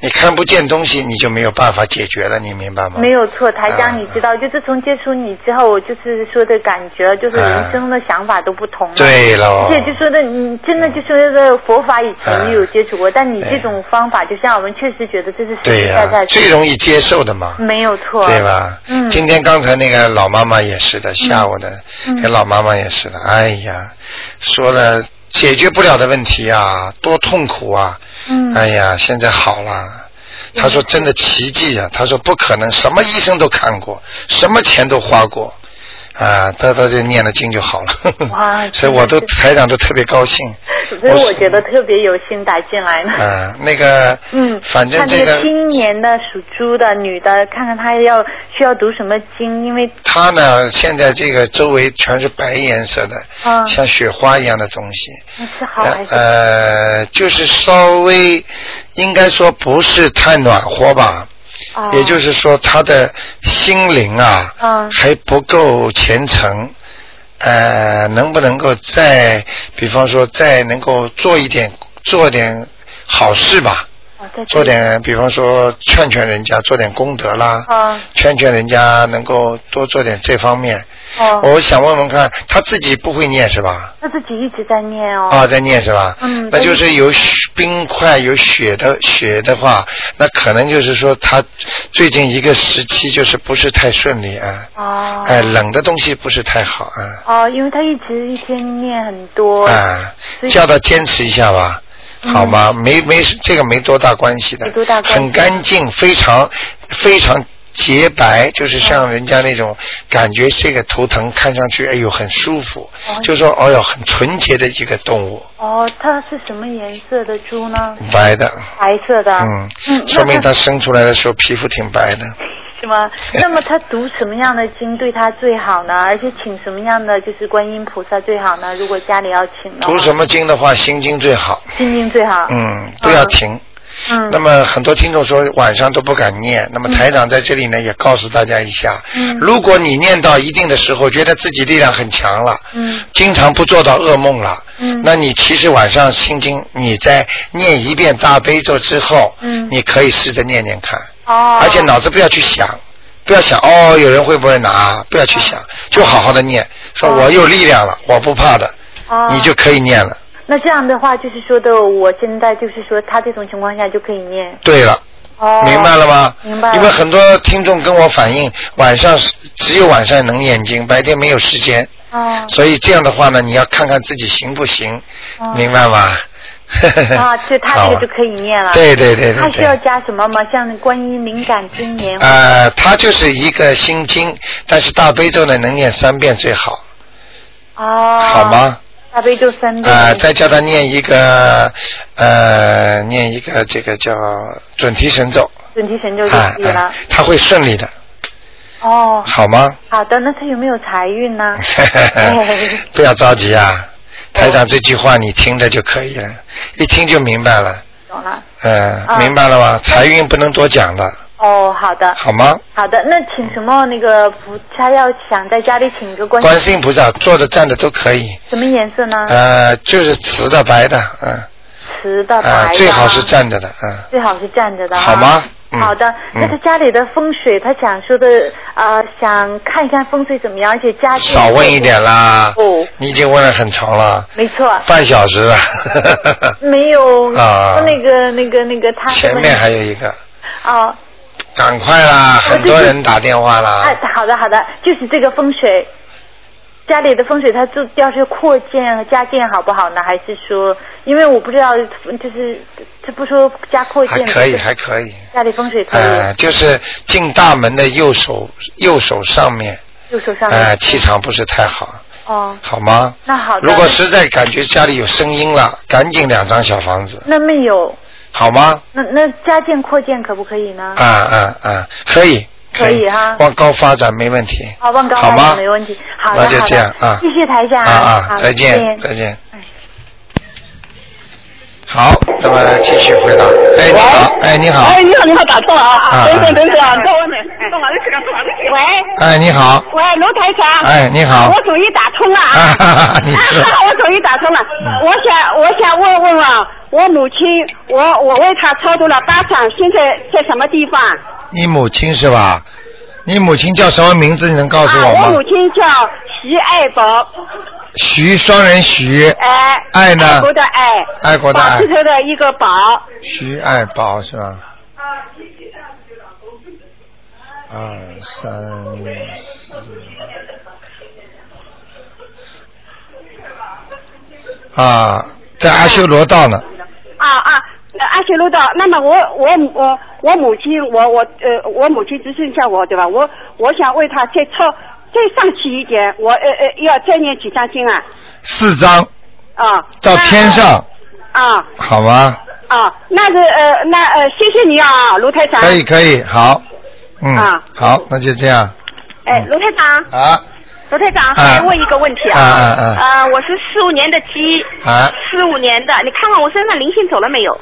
Speaker 1: 你看不见东西你就没有办法解决了，你明白吗？
Speaker 2: 没有错，台
Speaker 1: 啊
Speaker 2: 长，你知道，就自从接触你之后，我就是说的感觉，就是人生的想法都不同了。
Speaker 1: 对喽
Speaker 2: 而。且就说的，你真的就说的佛法以前也有接触过，但你这种方法，就像我们确实觉得这是实
Speaker 1: 对
Speaker 2: 实
Speaker 1: 呀、
Speaker 2: 在在
Speaker 1: 最容易接受的嘛。
Speaker 2: 没有错，
Speaker 1: 对？吧？
Speaker 2: 嗯
Speaker 1: 今天刚才那个老妈妈也是的，下午的，
Speaker 2: 嗯
Speaker 1: 给老妈妈也是的，哎呀，说了解决不了的问题啊，多痛苦啊！
Speaker 2: 嗯，
Speaker 1: 哎呀，现在好了。她说真的奇迹啊！她说不可能，什么医生都看过，什么钱都花过，啊，她她就念了经就好了。
Speaker 2: 哇
Speaker 1: 所以我都
Speaker 2: 真的
Speaker 1: 台长都特别高兴。
Speaker 2: 所以我觉得特别有幸打进来呢。
Speaker 1: 啊，那个，
Speaker 2: 嗯，
Speaker 1: 反正
Speaker 2: 看
Speaker 1: 这
Speaker 2: 个青年的属猪的女的，看看她要需要读什么经，因为
Speaker 1: 他呢，现在这个周围全是白颜色的，
Speaker 2: 嗯
Speaker 1: 像雪花一样的东西。呃
Speaker 2: 那是
Speaker 1: 哎
Speaker 2: 好还是
Speaker 1: 呃，就是稍微，应该说不是太暖和吧，
Speaker 2: 哦
Speaker 1: 也就是说他的心灵啊，
Speaker 2: 嗯
Speaker 1: 还不够虔诚。呃，能不能够再，比方说再能够做一点做点好事吧，
Speaker 2: 哦在这里
Speaker 1: 做点，比方说劝劝人家，做点功德啦，
Speaker 2: 嗯
Speaker 1: 劝劝人家能够多做点这方面。
Speaker 2: 哦，
Speaker 1: 我想问问看，他自己不会念是吧？
Speaker 2: 他自己一直在念哦。
Speaker 1: 啊，在念是吧？
Speaker 2: 嗯
Speaker 1: 那就是有血冰块有血的血的话，那可能就是说他最近一个时期就是不是太顺利啊，
Speaker 2: 哦。
Speaker 1: 哎，冷的东西不是太好啊，
Speaker 2: 哦，因为他一直一天念很多。
Speaker 1: 啊
Speaker 2: 所，以
Speaker 1: 叫他坚持一下吧。
Speaker 2: 嗯
Speaker 1: 好吗？没没，这个没多大关系的，
Speaker 2: 没多大关系
Speaker 1: 很干净，非常非常洁白，就是
Speaker 2: 嗯
Speaker 1: 像人家那种感觉，这个图腾看上去哎呦很舒服，
Speaker 2: 哦
Speaker 1: 就说哦哟很纯洁的一个动物，
Speaker 2: 哦，它是什么颜色的猪呢？
Speaker 1: 白的，
Speaker 2: 白色的。
Speaker 1: 嗯，
Speaker 2: 嗯，
Speaker 1: 说明
Speaker 2: 那哦
Speaker 1: 它生出来的时候皮肤挺白的。
Speaker 2: 是吗？那么他读什么样的经对他最好呢？而且请什么样的就是观音菩萨最好呢？如果家里要请的话，
Speaker 1: 读什么经的话，心经最好，
Speaker 2: 心经最好。
Speaker 1: 嗯，不要停。
Speaker 2: 嗯
Speaker 1: 那么很多听众说晚上都不敢念，那么台长在这里呢也告诉大家一下，
Speaker 2: 嗯
Speaker 1: 如果你念到一定的时候，觉得自己力量很强了，
Speaker 2: 嗯
Speaker 1: 经常不做到噩梦了，
Speaker 2: 嗯
Speaker 1: 那你其实晚上心经你在念一遍大悲咒之后，
Speaker 2: 嗯
Speaker 1: 你可以试着念念看，
Speaker 2: 哦，
Speaker 1: 而且脑子不要去想。不要想哦，有人会不会拿？不要去想，就好好的念。说
Speaker 2: 嗯哦
Speaker 1: 我有力量了，我不怕的，
Speaker 2: 哦
Speaker 1: 你就可以念了。
Speaker 2: 那这样的话，就是说的，我现在就是说他这种情况下就可以念
Speaker 1: 对了，
Speaker 2: 哦，
Speaker 1: 明白了吗？
Speaker 2: 明白了
Speaker 1: 因为很多听众跟我反映，晚上是只有晚上能念经，白天没有时间，
Speaker 2: 哦
Speaker 1: 所以这样的话呢，你要看看自己行不行，
Speaker 2: 哦
Speaker 1: 明白吗？
Speaker 2: 啊，就他
Speaker 1: 好
Speaker 2: 这
Speaker 1: 吧
Speaker 2: 个就可以念了。
Speaker 1: 对对对对
Speaker 2: 他需要
Speaker 1: 对。
Speaker 2: 加什么吗？像观音灵感真言。
Speaker 1: 呃，它就是一个心经，但是大悲咒呢能念三遍最好，
Speaker 2: 哦。
Speaker 1: 好？吗？
Speaker 2: 大悲咒三遍。
Speaker 1: 呃，再叫他念一个，呃，念一个这个叫准提神咒，
Speaker 2: 准提神咒就
Speaker 1: 啊
Speaker 2: 可以了
Speaker 1: 啊。，他会顺利的，
Speaker 2: 哦，
Speaker 1: 好吗？
Speaker 2: 好的，那他有没有财 运呢？哎
Speaker 1: 不要着急啊，台长这句话你听着就可以了，一听就明白了，
Speaker 2: 懂了。
Speaker 1: 嗯、
Speaker 2: 啊
Speaker 1: 明白了吗？财运不能多讲的，
Speaker 2: 哦，好的，
Speaker 1: 好吗？
Speaker 2: 好的，那请什么那个菩萨要想在家里请一个观音，
Speaker 1: 观世音菩萨坐着站着都可以，
Speaker 2: 什么颜色呢？
Speaker 1: 呃，就是瓷的、白的，嗯、
Speaker 2: 瓷的、
Speaker 1: 啊，
Speaker 2: 白的，
Speaker 1: 最好是，站着的，嗯、
Speaker 2: 最好是站着的，
Speaker 1: 好吗？？嗯、
Speaker 2: 好的，那他
Speaker 1: 嗯，
Speaker 2: 家里的风水，他想说的，呃，想看一看风水怎么样，而且家具
Speaker 1: 少问一点啦，
Speaker 2: 哦，
Speaker 1: 你已经问了很长了，
Speaker 2: 没错，
Speaker 1: 半小时了，
Speaker 2: 没有
Speaker 1: 啊
Speaker 2: 那个那个那个 他
Speaker 1: 前面还有一个，
Speaker 2: 哦，
Speaker 1: 赶快啦，很多人打电话啦。
Speaker 2: 哎，好的好的，就是这个风水，家里的风水，它就要是扩建和加建好不好呢？还是说，因为我不知道，就是这不说加扩
Speaker 1: 还
Speaker 2: 建，
Speaker 1: 可以，
Speaker 2: 就是
Speaker 1: 还可以。
Speaker 2: 家里风水可以，
Speaker 1: 呃，就是进大门的右手右手上面，
Speaker 2: 右手上面、
Speaker 1: 呃，气场不是太好，
Speaker 2: 哦，
Speaker 1: 好吗？
Speaker 2: 那好的，
Speaker 1: 如果实在感觉家里有声音了，赶紧两张小房子，
Speaker 2: 那没有，
Speaker 1: 好吗？
Speaker 2: 那那加建扩建可不可以呢？
Speaker 1: 啊啊啊，可以，
Speaker 2: 嗯可以哈
Speaker 1: 往高发展没问题。
Speaker 2: 好，万高
Speaker 1: 好
Speaker 2: 大厦
Speaker 1: 吗？
Speaker 2: 没问题。好的，
Speaker 1: 那就
Speaker 2: 好的
Speaker 1: 这样啊。
Speaker 2: 谢谢台长
Speaker 1: 啊啊
Speaker 2: 好，
Speaker 1: 再见，
Speaker 2: 再
Speaker 1: 再见
Speaker 2: 哎。
Speaker 1: 好，那么继续回答。哎，你好，哎，你好
Speaker 4: 哎，，你好，你好，打错了
Speaker 1: 啊
Speaker 4: 啊！等
Speaker 1: 啊
Speaker 4: 等等等啊，等我等，等我这个，等我这个。喂
Speaker 1: 哎，你好，
Speaker 4: 喂，卢台长。
Speaker 1: 哎，你好
Speaker 4: 我，终于打通了
Speaker 1: 啊 哈哈哈
Speaker 4: 啊！
Speaker 1: 你嗯是
Speaker 4: 我终于打通了。我想，我想问问啊，我母亲，我我为她操作了八场，现在在什么地方？啊，
Speaker 1: 你母亲是吧？你母亲叫什么名字？你能告诉我
Speaker 4: 啊我
Speaker 1: 吗
Speaker 4: 母？亲叫徐爱宝，
Speaker 1: 徐双人徐，
Speaker 4: 哎，
Speaker 1: 爱呢
Speaker 4: 爱国的爱，
Speaker 1: 爱国的
Speaker 4: 宝
Speaker 1: 爱
Speaker 4: 石，头的一个宝，
Speaker 1: 徐爱宝是吧？二三四，啊，在阿修罗道呢。
Speaker 4: 啊啊，呃阿修罗道。那么我我我我母亲，我我呃我母亲只剩下我对吧？我我想为她再超再上去一点，我呃呃要再念几张经啊
Speaker 1: 四张
Speaker 4: 啊。
Speaker 1: 到天上，
Speaker 4: 啊
Speaker 1: 好吗？
Speaker 4: 啊，那是呃那呃谢谢你啊，卢台长。
Speaker 1: 可以。可以，好，嗯
Speaker 4: 啊，
Speaker 1: 好，那就这样
Speaker 5: 哎，卢台长，
Speaker 1: 啊
Speaker 5: 卢台长，还问一个问题
Speaker 1: 啊
Speaker 5: 啊。
Speaker 1: 啊啊
Speaker 5: 呃，我是四五年的鸡，
Speaker 1: 啊，
Speaker 5: 四五年的，你看看我身上灵性走了没有？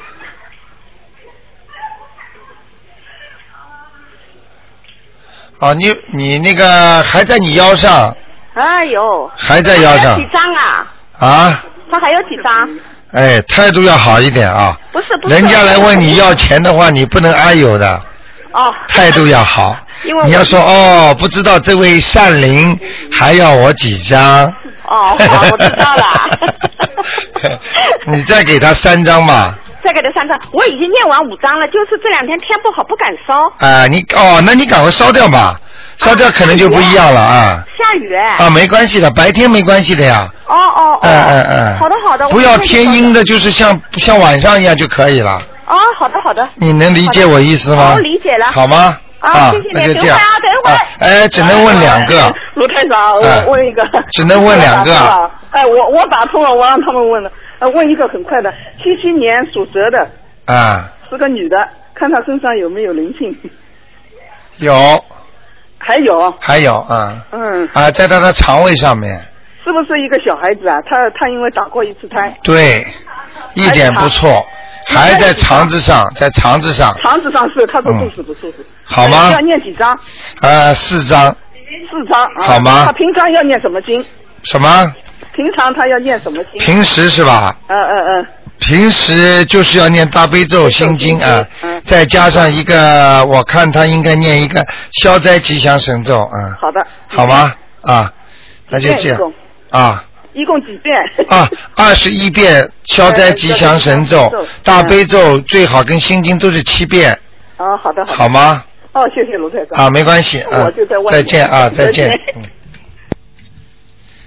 Speaker 1: 哦，你你那个还在你腰上
Speaker 5: 哎呦，
Speaker 1: 还在腰
Speaker 5: 还
Speaker 1: 上
Speaker 5: 有几张啊？
Speaker 1: 啊？
Speaker 5: 他还有几张？
Speaker 1: 哎，态度要好一点啊！
Speaker 5: 不是不是。
Speaker 1: 人家来问你要钱的话，你不能哎呦的，
Speaker 5: 哦，
Speaker 1: 态度要好
Speaker 5: 因为。我
Speaker 1: 你要说哦，不知道这位善灵还要我几张？。
Speaker 5: 哦，好，我知道了
Speaker 1: 你再给他三张吧。
Speaker 5: 再给他三张，我已经念完五张了，就是这两天天不好，不敢烧。
Speaker 1: 啊，你哦，那你赶快烧掉吧，烧掉可能就不一样了啊。
Speaker 5: 下雨哎。
Speaker 1: 啊，没关系的，白天没关系的呀。
Speaker 5: 哦哦哦。
Speaker 1: 嗯嗯嗯。
Speaker 5: 好的好的。
Speaker 1: 不要天阴
Speaker 5: 的。
Speaker 1: 的，就是像像晚上一样就可以了。
Speaker 5: 哦，好的好的。
Speaker 1: 你能理解我意思吗？
Speaker 5: 好理解了
Speaker 1: 好吗？
Speaker 5: 啊谢谢
Speaker 1: 那
Speaker 5: 你
Speaker 1: 就这
Speaker 5: 等会儿
Speaker 1: 样。
Speaker 5: 啊等会儿
Speaker 1: 啊哎，只能问两 个。
Speaker 4: 卢台长，
Speaker 1: 哎
Speaker 4: 我问一个，
Speaker 1: 只能问两个
Speaker 4: 我打通了哎，我我打通了，我让他们问了。呃，问一个很快的，七七年属蛇的，
Speaker 1: 啊，
Speaker 4: 是个女的，看她身上有没有灵性。
Speaker 1: 有，
Speaker 4: 还有，
Speaker 1: 还有啊
Speaker 4: 嗯，
Speaker 1: 啊，在他的肠胃上面，
Speaker 4: 是不是一个小孩子啊？她她因为打过一次胎，
Speaker 1: 对，一点不错，
Speaker 4: 还
Speaker 1: 还
Speaker 4: 有
Speaker 1: 在
Speaker 4: 几张
Speaker 1: 肠子上，在肠子上，
Speaker 4: 肠子上是，她说肚子不舒服。
Speaker 1: 嗯好吗
Speaker 4: 要念几张？
Speaker 1: 啊，四张
Speaker 4: 四张。啊、
Speaker 1: 好吗
Speaker 4: 她平常要念什么经？
Speaker 1: 什么？
Speaker 4: 平常她要念什么经？
Speaker 1: 平时是吧？
Speaker 4: 嗯嗯嗯，
Speaker 1: 平时就是要念大悲咒、心经啊
Speaker 4: 嗯，
Speaker 1: 再加上一个，我看他应该念一个消灾吉祥神咒啊，
Speaker 4: 好的。
Speaker 1: 好吗？啊，那就这
Speaker 4: 几遍一
Speaker 1: 样
Speaker 4: 共
Speaker 1: 啊
Speaker 4: 一共几遍？
Speaker 1: 啊，二十一遍消灾吉祥神咒
Speaker 4: 嗯，
Speaker 1: 大悲咒最好跟心经都是七遍，
Speaker 4: 啊，好的好的。
Speaker 1: 好吗？
Speaker 4: 哦，谢谢卢台长。
Speaker 1: 啊，没关系啊
Speaker 4: 我就在，外面
Speaker 1: 再见啊，再
Speaker 4: 再见
Speaker 1: 见。嗯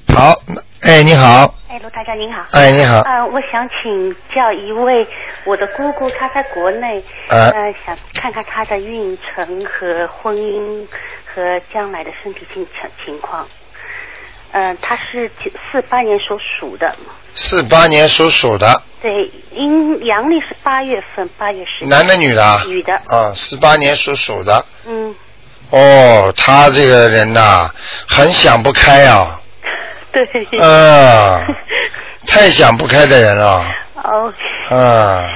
Speaker 1: 好，那哎，你好，
Speaker 6: 哎，罗大家您好。
Speaker 1: 哎，你好，
Speaker 6: 呃，我想请教一位我的姑姑，她在国内，
Speaker 1: 呃
Speaker 6: 呃，想看看她的运程和婚姻和将来的身体情情情况。嗯、呃，她是四八年属鼠的，
Speaker 1: 四八年属鼠的，
Speaker 6: 对，阴阳历是八月份，八月十。
Speaker 1: 男的女的啊？
Speaker 6: 女的
Speaker 1: 啊，四八年属鼠的。
Speaker 6: 嗯，
Speaker 1: 哦，他这个人呐、很想不开 啊，
Speaker 6: 对。
Speaker 1: 啊，太想不开的人了，
Speaker 6: 哦，
Speaker 1: 啊，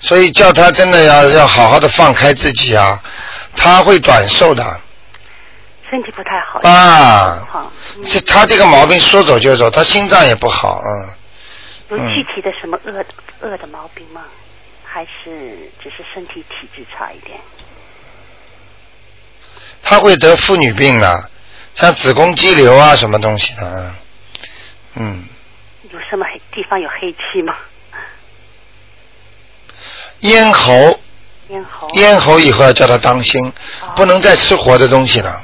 Speaker 1: 所以叫他真的要要好好的放开自己啊，他会短寿的
Speaker 6: 身体不太好。
Speaker 1: 啊。
Speaker 6: 好，嗯
Speaker 1: 是他这个毛病说走就走，他心脏也不好，嗯，
Speaker 6: 有
Speaker 1: 嗯
Speaker 6: 具体的什么恶恶的毛病吗？还是只是身体体质差一点？
Speaker 1: 他会得妇女病啊，像子宫肌瘤啊什么东西的，嗯嗯，
Speaker 6: 有什么黑地方有黑气吗？
Speaker 1: 咽喉
Speaker 6: 咽喉。
Speaker 1: 咽喉以后要叫他当心，
Speaker 6: 哦
Speaker 1: 不能再吃活的东西了，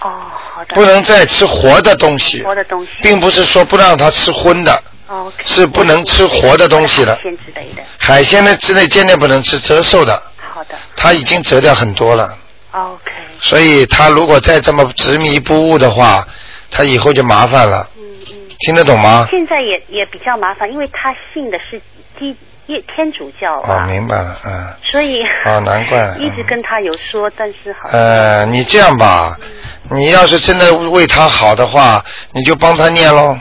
Speaker 6: 哦，好的。
Speaker 1: 不能再吃活的东西，
Speaker 6: 活的东西。
Speaker 1: 并不是说不让他吃荤的，
Speaker 6: 哦 OK。
Speaker 1: 是不能吃活的东西的
Speaker 6: 海鲜之类的。
Speaker 1: 海鲜呢之类坚决不能吃，折寿的，
Speaker 6: 好的
Speaker 1: 他已经折掉很多了，
Speaker 6: ，OK。
Speaker 1: 所以他如果再这么执迷不悟的话，他以后就麻烦了，
Speaker 6: 嗯嗯。
Speaker 1: 听得懂吗？
Speaker 6: 现在也也比较麻烦，因为他信的是基耶天主教
Speaker 1: 哦，
Speaker 6: 吧，
Speaker 1: 明白了，嗯。
Speaker 6: 所以。
Speaker 1: 哦难怪了
Speaker 6: 一直跟他有说，但是好像。
Speaker 1: 呃，你这样吧，你要是真的为他好的话，你就帮他念喽。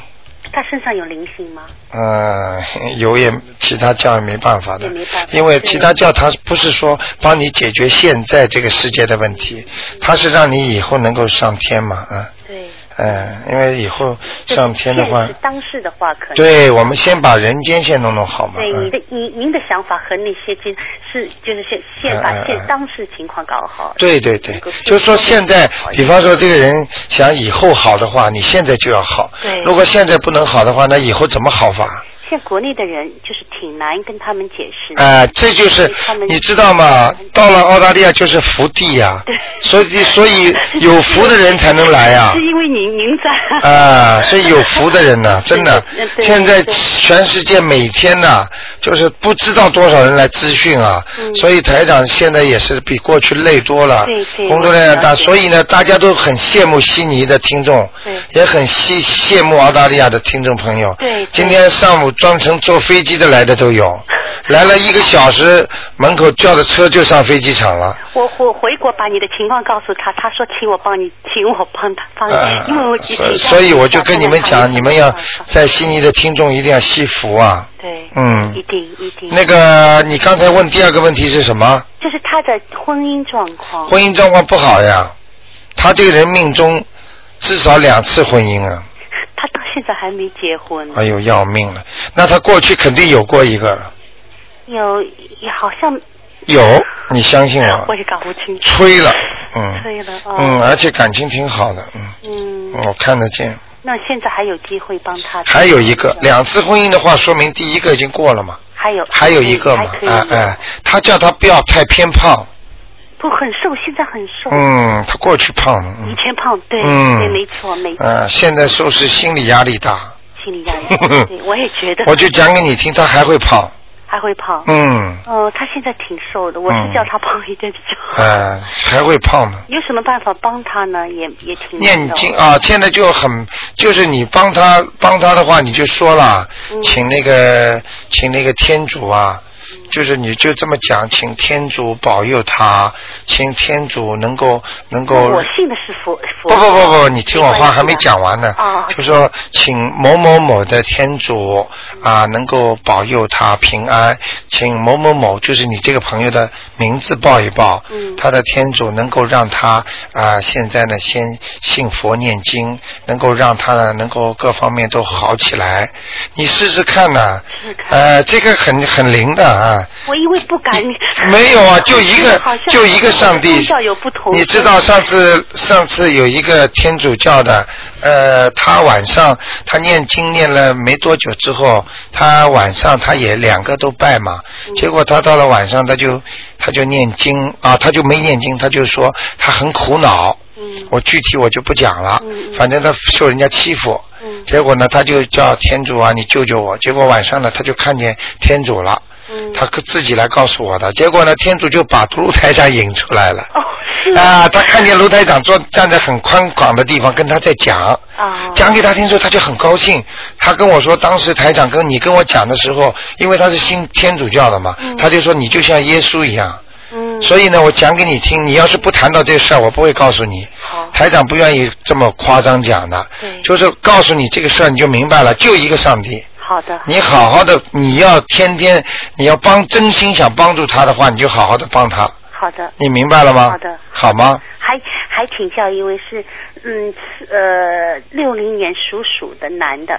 Speaker 6: 他身上有灵性吗？
Speaker 1: 嗯， 有也其他教也没办法的
Speaker 6: 也没办法，
Speaker 1: 因为其他教它不是说帮你解决现在这个世界的问题，它是让你以后能够上天嘛，啊，
Speaker 6: 对。
Speaker 1: 嗯，因为以后上天的话
Speaker 6: 现实，当事的话可能。
Speaker 1: 对我们先把人间先弄弄好嘛，
Speaker 6: 对，你
Speaker 1: 嗯
Speaker 6: 的您您的想法和那些就是是就是现现把
Speaker 1: 嗯嗯
Speaker 6: 现
Speaker 1: 嗯
Speaker 6: 当时情况搞好。
Speaker 1: 对对对
Speaker 6: 能够，
Speaker 1: 就是说现在
Speaker 6: 好，一
Speaker 1: 比
Speaker 6: 点
Speaker 1: 方说这个人想以后好的话，你现在就要好，
Speaker 6: 对
Speaker 1: 如果现在不能好的话，那以后怎么好法？
Speaker 6: 现在国内的人就是挺难跟他们解释的。
Speaker 1: 啊、这就是
Speaker 6: 他们
Speaker 1: 你知道吗？到了澳大利亚就是福地呀、
Speaker 6: 对
Speaker 1: 所以所以有福的人才能来啊呀、
Speaker 6: 是因为您您在。
Speaker 1: 啊。所以有福的人呐、真的
Speaker 6: 对，对
Speaker 1: 现在
Speaker 6: 对
Speaker 1: 全世界每天呐、就是不知道多少人来咨询啊，
Speaker 6: 嗯
Speaker 1: 所以台长现在也是比过去累多了，
Speaker 6: 对对
Speaker 1: 工作量也大，
Speaker 6: 我了解
Speaker 1: 所以呢，大家都很羡慕悉尼的听众
Speaker 6: 对，
Speaker 1: 也很羡羡慕澳大利亚的听众朋友。
Speaker 6: 对对
Speaker 1: 今天上午专程坐飞机的来的都 有，来了一个小时，门口叫的车就上飞机场了。
Speaker 6: 我我回国把你的情况告诉他，他说请我帮你，请我帮他帮你，
Speaker 1: 呃
Speaker 6: 啊因为我
Speaker 1: 所以所以我就跟你们
Speaker 6: 嗯
Speaker 1: 讲，你们要在悉尼的听众一定要惜福啊。
Speaker 6: 对，
Speaker 1: 嗯
Speaker 6: 一定一定，
Speaker 1: 那个，你刚才问第二个问题是什么？
Speaker 6: 就是他的婚姻状况，
Speaker 1: 婚姻状况不好呀，他这个人命中至少两次婚姻啊，
Speaker 6: 他到现在还没结婚，
Speaker 1: 哎呦要命了！那他过去肯定有过一个了，
Speaker 6: 有也好像
Speaker 1: 有，你相信我
Speaker 6: 我，也搞不清楚。
Speaker 1: 吹了，嗯，
Speaker 6: 吹了哦
Speaker 1: 嗯，而且感情挺好的，嗯，
Speaker 6: 嗯，
Speaker 1: 我看得见。
Speaker 6: 那现在还有机会帮他？
Speaker 1: 还有一个，两次婚姻的话，说明第一个已经过了嘛，
Speaker 6: 还有嗯
Speaker 1: 还有一个
Speaker 6: 还
Speaker 1: 嘛
Speaker 6: 可，以
Speaker 1: 哎哎，他叫他不要太偏胖，
Speaker 6: 不很瘦，现在很瘦，
Speaker 1: 嗯，他过去胖了，
Speaker 6: 以
Speaker 1: 嗯，
Speaker 6: 前胖，对
Speaker 1: 嗯
Speaker 6: 对，没错没错，
Speaker 1: 呃，现在说是心理压力大，
Speaker 6: 心理 压力，对，我也觉得
Speaker 1: 我就讲给你听，他还会胖，
Speaker 6: 还会胖。
Speaker 1: 嗯，
Speaker 6: 嗯，他现在挺瘦的，我是
Speaker 1: 嗯
Speaker 6: 叫他胖一点比较好。
Speaker 1: 呃，还会胖呢。
Speaker 6: 有什么办法帮他呢？也也挺难
Speaker 1: 念
Speaker 6: 的
Speaker 1: 经啊，现在就很，就是你帮他帮他的话，你就说了，
Speaker 6: 嗯
Speaker 1: 请那个请那个天主啊，就是你就这么讲，请天主保佑他，请天主能够能够。
Speaker 6: 我信的是佛佛。
Speaker 1: 不不不不，你听我
Speaker 6: 呃没关
Speaker 1: 话
Speaker 6: 系
Speaker 1: 还没
Speaker 6: 的
Speaker 1: 讲完呢。
Speaker 6: 哦
Speaker 1: 就说请某某某的天主啊，能够保佑他平安，请某某某，就是你这个朋友的名字报一报，
Speaker 6: 嗯
Speaker 1: 他的天主能够让他啊，现在呢先信佛念经，能够让他呢能够各方面都好起来。你试试看呐、
Speaker 6: 试试看
Speaker 1: 呃，这个很很灵的啊。
Speaker 6: 我因为不敢。
Speaker 1: 没有啊，就一个
Speaker 6: 好像
Speaker 1: 就一个上帝
Speaker 6: 宗教有不。同。嗯
Speaker 1: 你知道上次上次有一个天主教的，呃，他晚上他念经念了没多久之后，他晚上他也两个都拜嘛，
Speaker 6: 嗯
Speaker 1: 结果他到了晚上他就他就念经啊，他就没念经，他就说他很苦恼。
Speaker 6: 嗯
Speaker 1: 我具体我就不讲了，
Speaker 6: 嗯嗯
Speaker 1: 反正他受人家欺负。
Speaker 6: 嗯
Speaker 1: 结果呢，他就叫天主啊，你救救我！结果晚上呢，他就看见天主了，
Speaker 6: 嗯
Speaker 1: 他自己来告诉我的。结果呢，天主就把卢台长引出来了。
Speaker 6: 哦，是吗
Speaker 1: 啊，他看见卢台长坐站在很宽广的地方，跟他在讲，
Speaker 6: 啊
Speaker 1: 讲给他听之后，他就很高兴。他跟我说，当时台长跟你跟我讲的时候，因为他是信天主教的嘛，他就说你就像耶稣一样。
Speaker 6: 嗯
Speaker 1: 所以呢，我讲给你听，你要是不谈到这事儿，我不会告诉你。
Speaker 6: 好
Speaker 1: 台长不愿意这么夸张讲的，
Speaker 6: 对
Speaker 1: 就是告诉你这个事儿，你就明白了，就一个上帝。
Speaker 6: 好的，
Speaker 1: 你好好的，你要天天，你要帮，真心想帮助他的话，你就好好的帮他，
Speaker 6: 好的。
Speaker 1: 你明白了吗？
Speaker 6: 好的
Speaker 1: 好吗？
Speaker 6: 还还请教一位是，嗯呃，六零年属鼠的男的，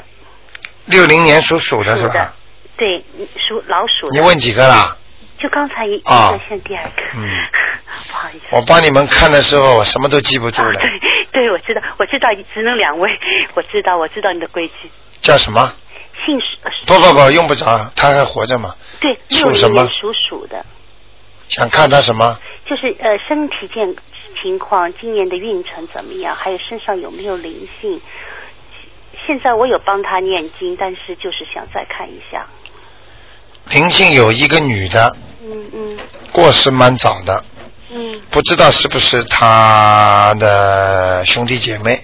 Speaker 1: 六零年属鼠呃的是
Speaker 6: 属
Speaker 1: 吧
Speaker 6: 的？，嗯对，属老鼠
Speaker 1: 你
Speaker 6: 的。
Speaker 1: 问几个啦？
Speaker 6: 就刚才一一
Speaker 1: 啊
Speaker 6: 个，现在第二个。
Speaker 1: 嗯
Speaker 6: 不好意思。
Speaker 1: 我帮你们看的时候，我什么都记不住
Speaker 6: 啊
Speaker 1: 了。，
Speaker 6: 对对，我知道，我知道，只能两位，我知道，我知道你的规矩。
Speaker 1: 叫什么？
Speaker 6: 姓鼠，呃
Speaker 1: 不不不，用不着，他还活着嘛？
Speaker 6: 对，
Speaker 1: 属
Speaker 6: 六
Speaker 1: 什
Speaker 6: 零
Speaker 1: 么
Speaker 6: 年属鼠的，
Speaker 1: 想看他什么？
Speaker 6: 就是呃身体健情况，今年的运程怎么样？还有身上有没有灵性？现在我有帮他念经，但是就是想再看一下。
Speaker 1: 灵性有一个女的，
Speaker 6: 嗯嗯
Speaker 1: 过世蛮早的，
Speaker 6: 嗯
Speaker 1: 不知道是不是他的兄弟姐妹，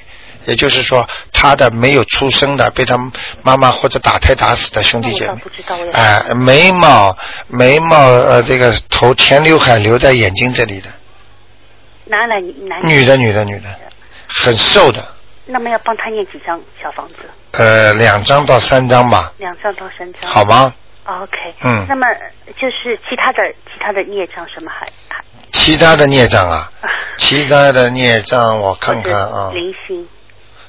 Speaker 1: 也就是说他的没有出生的被他妈妈或者打胎打死的兄弟姐妹
Speaker 6: 哦那我倒不知道我也，
Speaker 1: 哎、眉毛眉毛呃这个头前刘海留在眼睛这里的，
Speaker 6: 男的男
Speaker 1: 女的女的女的，很瘦的，
Speaker 6: 那么要帮他念几张小房子？
Speaker 1: 呃两张到三张吧，
Speaker 6: 两张到三张。哦
Speaker 1: 好吗？
Speaker 6: OK，
Speaker 1: 嗯
Speaker 6: 那么就是其他的其他的孽障什么还还
Speaker 1: 其他的孽障啊，其他的孽障我 看
Speaker 6: 或
Speaker 1: 看啊
Speaker 6: 者，灵性，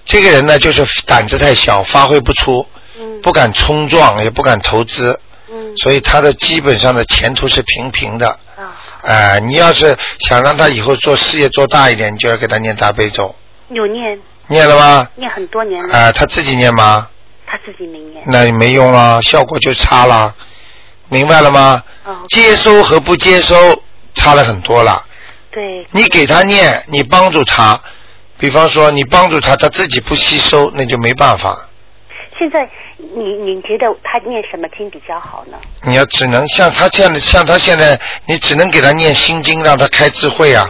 Speaker 1: 这个人呢就是胆子太小，发挥不出，
Speaker 6: 嗯
Speaker 1: 不敢冲撞，也不敢投资。
Speaker 6: 嗯
Speaker 1: 所以他的基本上的前途是平平的。
Speaker 6: 啊，
Speaker 1: 哎、你要是想让他以后做事业做大一点，你就要给他念大悲咒，
Speaker 6: 有念
Speaker 1: 念了吗？
Speaker 6: 念很多年了，
Speaker 1: 啊、他自己念吗？
Speaker 6: 他自己没念。
Speaker 1: 那也没用啦，效果就差啦，明白了吗？
Speaker 6: 哦，
Speaker 1: 接收和不接收差了很多了。
Speaker 6: 对，
Speaker 1: 你给他念，你帮助他，比方说你帮助他，他自己不吸收，那就没办法。
Speaker 6: 现在你你觉得他念什么经比较好呢？
Speaker 1: 你要只能像他这样的，像他现在，你只能给他念心经，让他开智慧啊，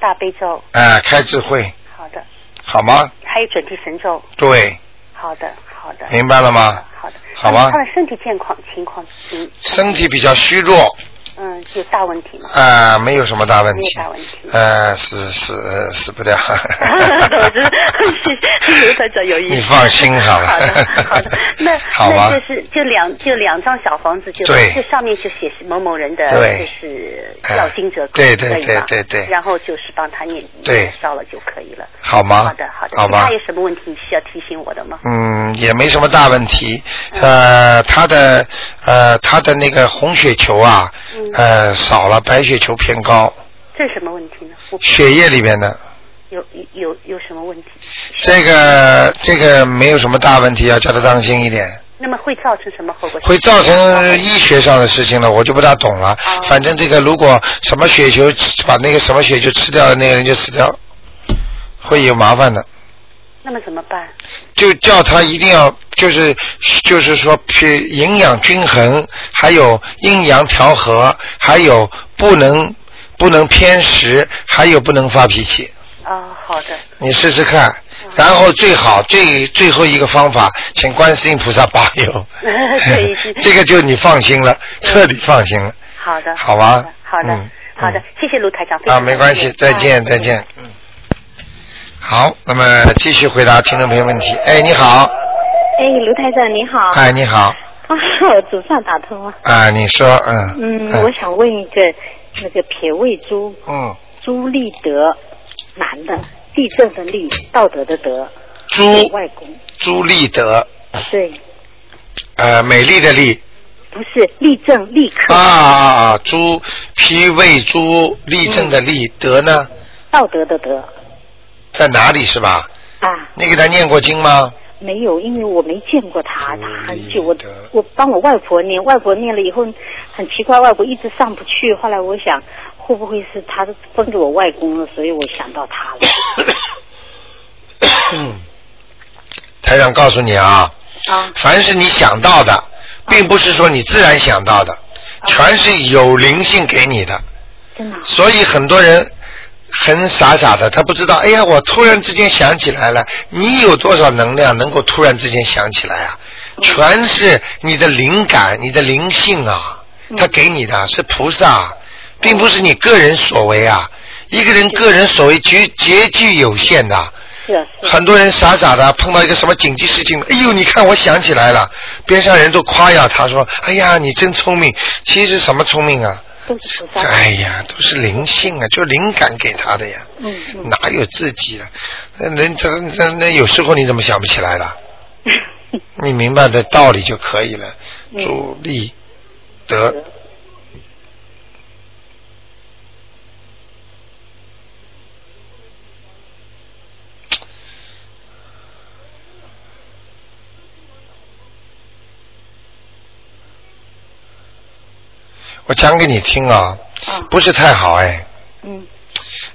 Speaker 6: 大悲咒，
Speaker 1: 哎、开智慧，
Speaker 6: 好的，
Speaker 1: 好吗？
Speaker 6: 还有准提神咒，
Speaker 1: 对，
Speaker 6: 好的，好的，
Speaker 1: 明白了吗？
Speaker 6: 好的，
Speaker 1: 哎好吧
Speaker 6: 那么他的身体健况情况，嗯
Speaker 1: 身体比较虚弱，
Speaker 6: 嗯，有大问题吗？
Speaker 1: 啊、没有什么大问题
Speaker 6: 没有大问题，
Speaker 1: 呃，死死死不 掉。
Speaker 6: 我 知道是刘台长有意思
Speaker 1: 你放心好了。
Speaker 6: 好的，好 的。那
Speaker 1: 好吧
Speaker 6: 那就是就两就两张小房子就，
Speaker 1: 对
Speaker 6: 就上面就写某某人的，
Speaker 1: 对
Speaker 6: 就是
Speaker 1: 哎
Speaker 6: 要经者，
Speaker 1: 对对
Speaker 6: 可以吧
Speaker 1: 对对对
Speaker 6: 然后就是帮他念
Speaker 1: 对
Speaker 6: 烧了就可以了。
Speaker 1: 好吗？
Speaker 6: 好的，好的。
Speaker 1: 好吧
Speaker 6: 他。有什么问题你需要提醒我的吗？
Speaker 1: 嗯，也没什么大问题。
Speaker 6: 嗯
Speaker 1: 呃，他的呃他的那个红血球啊，
Speaker 6: 嗯
Speaker 1: 呃少了，白血球偏高，
Speaker 6: 这是什么问题呢？我
Speaker 1: 血液里面的
Speaker 6: 有有有什么问题？
Speaker 1: 这个这个没有什么大问题，要叫他当心一点。
Speaker 6: 那么会造成什么后果？
Speaker 1: 会造成医学上的事情了，我就不大懂了。反正这个如果什么血球把那个什么血球吃掉了，那个人就死掉了，会有麻烦的。
Speaker 6: 那么怎么办？
Speaker 1: 就叫他一定要就是就是说去营养均衡，还有阴阳调和，还有不能不能偏食，还有不能发脾气。
Speaker 6: 啊，好的，
Speaker 1: 你试试看，
Speaker 7: 嗯
Speaker 1: 然后最好最最后一个方法，请观世音菩萨保 佑
Speaker 6: 对是。
Speaker 1: 这个就你放心
Speaker 7: 嗯
Speaker 1: 了，彻底放心了。
Speaker 6: 好的，
Speaker 1: 好吧
Speaker 6: 好的，好的
Speaker 1: 嗯
Speaker 6: 好的，谢谢卢台长。非
Speaker 1: 啊，
Speaker 6: 常
Speaker 1: 没
Speaker 6: 感
Speaker 1: 关
Speaker 6: 谢
Speaker 1: 系，再见，再。
Speaker 6: 啊
Speaker 1: 见。嗯。好，那么继续回答听众朋友问题。哎，你好，
Speaker 7: 哎，卢台长你好。
Speaker 1: 哎，你好，
Speaker 7: 啊，我总算打通了。
Speaker 1: 啊，你说，嗯，
Speaker 7: 嗯，
Speaker 1: 哎
Speaker 7: 我想问一个那个撇位朱
Speaker 1: 嗯，
Speaker 7: 朱立德，男的，地震的立，道德的德，
Speaker 1: 朱
Speaker 7: 外公。
Speaker 1: 朱立德，
Speaker 7: 对，
Speaker 1: 呃，美丽的 丽，
Speaker 7: 不是立正立刻、
Speaker 1: 啊啊啊，朱皮魏朱立正
Speaker 7: 嗯
Speaker 1: 的立，德呢
Speaker 7: 道德的德
Speaker 1: 在哪里是吧？
Speaker 7: 啊。
Speaker 1: 你给他念过经吗？
Speaker 7: 没有，因为我没见过他，
Speaker 1: 朱
Speaker 7: 他很
Speaker 1: 立
Speaker 7: 久。我
Speaker 1: 德
Speaker 7: 我帮我外婆念，外婆念了以后很奇怪，外婆一直上不去。后来我想，会不会是他分给我外公了，所以我想到他了
Speaker 1: 台长告诉你啊，
Speaker 7: 啊？
Speaker 1: 凡是你想到的，并不是说你自然想到的，全是有灵性给你的。
Speaker 7: 哦真的啊
Speaker 1: 所以很多人很傻傻的，他不知道，哎呀，我突然之间想起来了，你有多少能量能够突然之间想起来啊？
Speaker 7: 嗯
Speaker 1: 全是你的灵感、你的灵性啊，
Speaker 7: 嗯
Speaker 1: 他给你的是菩萨，并不是你个人所为啊。一个人个人所为极极具有限的，
Speaker 7: 是啊是啊
Speaker 1: 很多人傻傻的碰到一个什么紧急事情，哎呦，你看我想起来了，边上人都夸耀他说，哎呀，你真聪明。其实什么聪明啊？
Speaker 7: 都是菩萨。
Speaker 1: 哎呀，都是灵性啊，就灵感给他的呀，
Speaker 7: 嗯嗯
Speaker 1: 哪有自己的？那人这那那有时候你怎么想不起来 了？你明白的道理就可以了。
Speaker 7: 嗯
Speaker 1: 朱立德，我讲给你听啊，
Speaker 7: 啊
Speaker 1: 不是太好哎。
Speaker 7: 嗯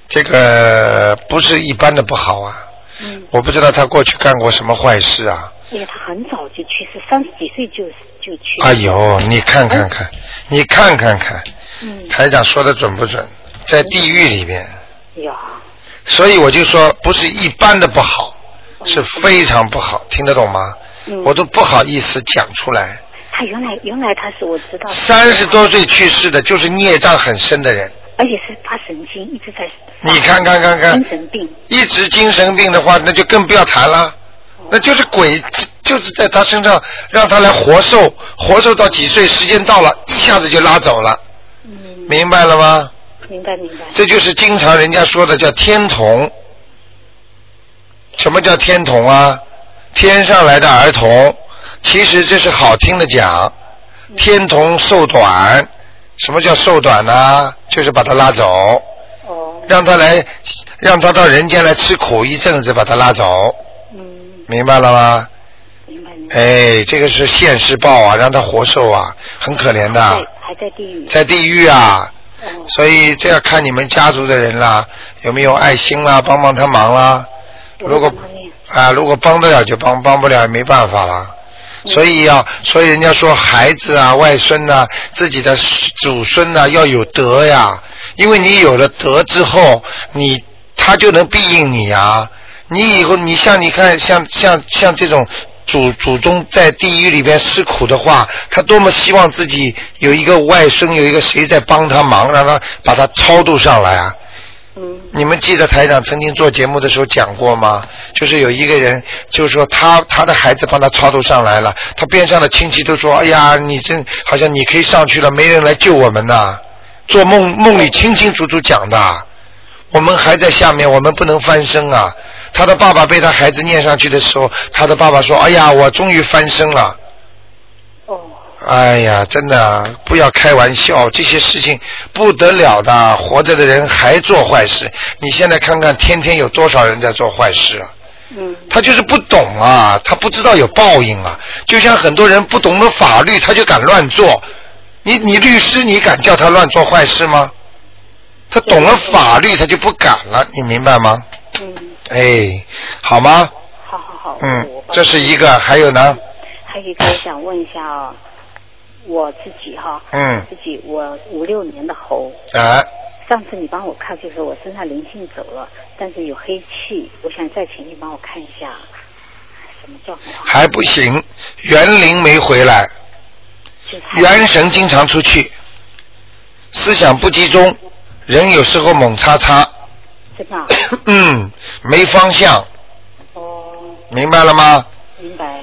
Speaker 1: 这个不是一般的不好啊！
Speaker 7: 嗯，
Speaker 1: 我不知道他过去干过什么坏事啊！
Speaker 7: 因为他很早就去世，三十几岁就就去世。哎
Speaker 1: 哎呦，你看看看，你看看看，
Speaker 7: 嗯，
Speaker 1: 台长说的准不准？在地狱里面，
Speaker 7: 嗯呀，
Speaker 1: 所以我就说不是一般的不好，是非常不好，听得懂吗？
Speaker 7: 哦嗯
Speaker 1: 我都不好意思讲出来。
Speaker 7: 他原来原来他是我知道的，
Speaker 1: 三十多岁去世的，就是孽障很深的人。
Speaker 7: 而且是发神经，一直在
Speaker 1: 你看看看看
Speaker 7: 精，神病。
Speaker 1: 一直精神病的话，那就更不要谈了，
Speaker 7: 哦
Speaker 1: 那就是鬼，就就是在他身上让他来活受，活受到几岁时间到了，一下子就拉走了，
Speaker 7: 嗯，
Speaker 1: 明白了吗？
Speaker 7: 明白明白。
Speaker 1: 这就是经常人家说的叫天童。什么叫天童啊？天上来的儿童，其实这是好听的讲，
Speaker 7: 嗯
Speaker 1: 天童寿短。什么叫寿短呢、就是把他拉走。
Speaker 7: 哦，
Speaker 1: 让他来，让他到人间来吃苦一阵子，把他拉走，
Speaker 7: 嗯，
Speaker 1: 明白了吗？
Speaker 7: 明白明白。
Speaker 1: 哎，这个是现世报啊，让他活受啊，很可怜的，
Speaker 7: 还在还在地狱。
Speaker 1: 在地狱啊，
Speaker 7: 哦，
Speaker 1: 所以这要看你们家族的人啦，有没有爱心啦，帮帮他忙啦。
Speaker 7: 我
Speaker 1: 如果
Speaker 7: 帮他念
Speaker 1: 啊，如果帮得了就帮，帮不了也没办法了。所以要，所以人家说孩子啊、外孙呐、自己的祖孙呐、要有德呀，因为你有了德之后，你他就能庇应你啊。你以后你像你看像像像这种祖祖宗在地狱里边吃苦的话，他多么希望自己有一个外孙，有一个谁在帮他忙，让他把他超度上来啊。
Speaker 7: 嗯
Speaker 1: 你们记得台长曾经做节目的时候讲过吗？就是有一个人，就是说他他的孩子帮他超度上来了，他边上的亲戚都说：“哎呀，你真好像你可以上去了，没人来救我们呐。”做梦梦里清清楚楚讲的，我们还在下面，我们不能翻身啊。他的爸爸被他孩子念上去的时候，他的爸爸说：“哎呀，我终于翻身了。”
Speaker 7: 哦，
Speaker 1: 哎呀，真的不要开玩笑，这些事情不得了的，活着的人还做坏事。你现在看看，天天有多少人在做坏事啊？
Speaker 7: 嗯
Speaker 1: 他就是不懂啊，他不知道有报应啊。就像很多人不懂得法律，他就敢乱做。你你律师，你敢叫他乱做坏事吗？他懂了法律，他就不敢了，你明白吗？
Speaker 7: 嗯，
Speaker 1: 哎，好吗？
Speaker 7: 好好好，
Speaker 1: 嗯
Speaker 7: 我，帮
Speaker 1: 这是一个，还有呢，
Speaker 7: 还有一个我想问一下啊、我自己哈、
Speaker 1: 嗯，
Speaker 7: 自己我五六年的猴，
Speaker 1: 啊，
Speaker 7: 上次你帮我看就是我身上灵性走了，但是有黑气，我想再请你帮我看一下什么状况，
Speaker 1: 还不行，园林没回来。
Speaker 7: 就是还
Speaker 1: 元神经常出去，思想不集中，人有时候猛叉叉，
Speaker 7: 真的啊、
Speaker 1: 嗯，没方向，
Speaker 7: 哦，
Speaker 1: 明白了吗？
Speaker 7: 明白，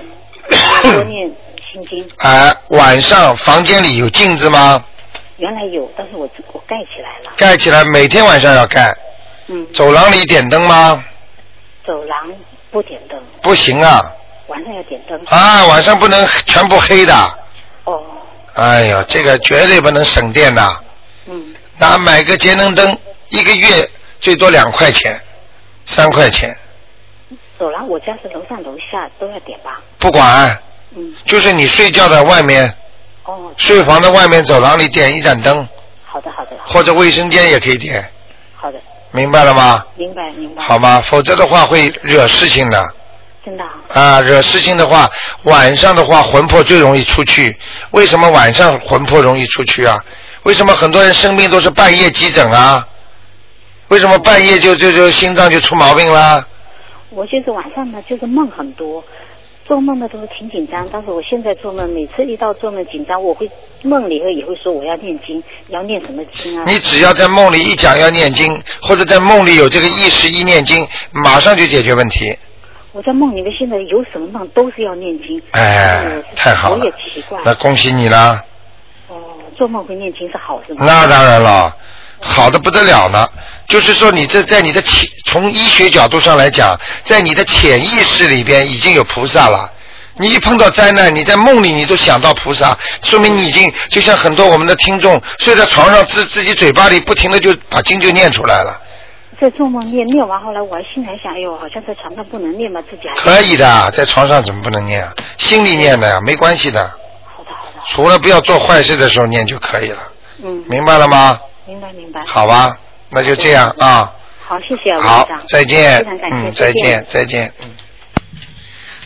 Speaker 7: 多念心经，
Speaker 1: 哎、晚上房间里有镜子吗？
Speaker 7: 原来有，但是我我盖起来了，
Speaker 1: 盖起来，每天晚上要盖。
Speaker 7: 嗯，
Speaker 1: 走廊里点灯吗？
Speaker 7: 走廊不点灯，
Speaker 1: 不行啊，
Speaker 7: 晚上要点灯，
Speaker 1: 啊，晚上不能全部黑的。
Speaker 7: 哦，
Speaker 1: 哎呀，这个绝对不能省电的。
Speaker 7: 嗯，
Speaker 1: 那买个节能灯，一个月最多两块钱，三块钱，
Speaker 7: 走廊我家是楼上楼下都要点吧，
Speaker 1: 不管，
Speaker 7: 嗯，
Speaker 1: 就是你睡觉的外面。
Speaker 7: 哦，
Speaker 1: 睡房的外面走廊里点一盏灯，
Speaker 7: 好的好的好的
Speaker 1: 或者卫生间也可以点，
Speaker 7: 好的，
Speaker 1: 明白了吗？
Speaker 7: 明白明白，
Speaker 1: 好吗？否则的话会惹事情的
Speaker 7: 真的啊，
Speaker 1: 啊！惹事情的话，晚上的话魂魄最容易出去。为什么晚上魂魄容易出去啊？为什么很多人生病都是半夜急诊啊？为什么半夜就就就心脏就出毛病啦？
Speaker 7: 我就是晚上呢，就是梦很多，做梦呢都是挺紧张。但是我现在做梦，每次一到做梦紧张，我会梦里头也会说我要念经，要念什么经啊？
Speaker 1: 你只要在梦里一讲要念经，或者在梦里有这个意识一念经，马上就解决问题。
Speaker 7: 我在梦里面现在有什么梦都是要念经。
Speaker 1: 哎
Speaker 7: 嗯，
Speaker 1: 太好
Speaker 7: 我
Speaker 1: 了
Speaker 7: 也奇怪，，
Speaker 1: 那恭喜你啦！
Speaker 7: 哦，做梦会念经是好事吗？
Speaker 1: 那当然了，好的不得了呢。就是说，你这在你的潜，从医学角度上来讲，在你的潜意识里边已经有菩萨了。你一碰到灾难，你在梦里你都想到菩萨，说明你已经就像很多我们的听众睡在床上自自己嘴巴里不停的就把经就念出来了，
Speaker 7: 在做梦念，念完后来我还心里还想，哎呦，好像在床上不能念吧，自己还
Speaker 1: 可以的，在床上怎么不能念啊？心里念的呀，没关系的，
Speaker 7: 好的好的，
Speaker 1: 除了不要做坏事的时候念就可以了，
Speaker 7: 嗯，
Speaker 1: 明白了吗？
Speaker 7: 明白明白，
Speaker 1: 好吧，那就这样啊。
Speaker 7: 好，谢谢啊，
Speaker 1: 好
Speaker 7: 罗台长，
Speaker 1: 再见
Speaker 7: 非常，感谢，
Speaker 1: 嗯，再见，再见，嗯。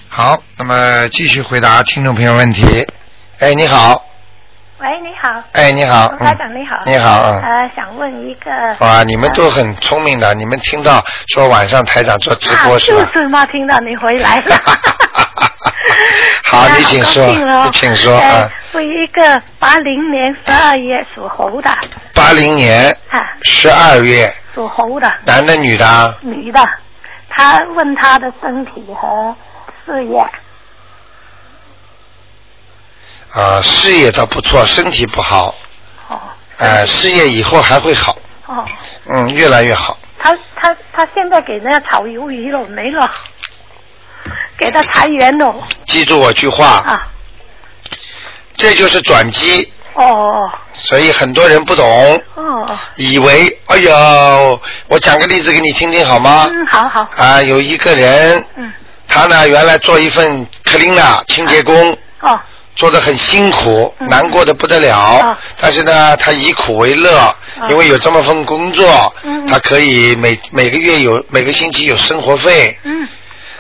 Speaker 1: 好，那么继续回答听众朋友问题。哎，你好，
Speaker 8: 喂，你好，
Speaker 1: 哎，你好，嗯
Speaker 8: 罗台长你好，
Speaker 1: 你好，嗯。
Speaker 8: 呃，想问一个，
Speaker 1: 哇，你们都很聪明的，你们听到说晚上台长做直播
Speaker 8: 啊
Speaker 1: 是吧？。
Speaker 8: 就是嘛，听到你回来了
Speaker 1: 好
Speaker 8: 哎呀
Speaker 1: 你请说
Speaker 8: 好高兴哦
Speaker 1: 你请说
Speaker 8: 哎
Speaker 1: 啊
Speaker 8: 为一个八零年十二月属猴的，
Speaker 1: 八零年
Speaker 8: 啊，
Speaker 1: 十二月，
Speaker 8: 属猴的
Speaker 1: 男的女的啊？
Speaker 8: 女的，她问她的身体和事业，
Speaker 1: 啊，事业倒不错，身体不好，
Speaker 8: 哦
Speaker 1: 呃，事业以后还会好，
Speaker 8: 哦，
Speaker 1: 嗯，越来越好。
Speaker 8: 她她她现在给人家炒鱿鱼了没了，给她裁员了
Speaker 1: 记住我句话，
Speaker 8: 啊，
Speaker 1: 这就是转机，
Speaker 8: 哦
Speaker 1: 所以很多人不懂。
Speaker 8: 哦，
Speaker 1: 以为，哎呦，我讲个例子给你听听好吗？
Speaker 8: 嗯，好好，
Speaker 1: 啊，有一个人，
Speaker 8: 嗯，
Speaker 1: 他呢原来做一份 cleaner 清洁工，
Speaker 8: 哦
Speaker 1: 做的很辛苦，
Speaker 8: 嗯
Speaker 1: 难过的不得了
Speaker 8: 啊。
Speaker 1: 但是呢，他以苦为乐，因为有这么份工作，
Speaker 8: 嗯
Speaker 1: 他可以每每个月有每个星期有生活费。
Speaker 8: 嗯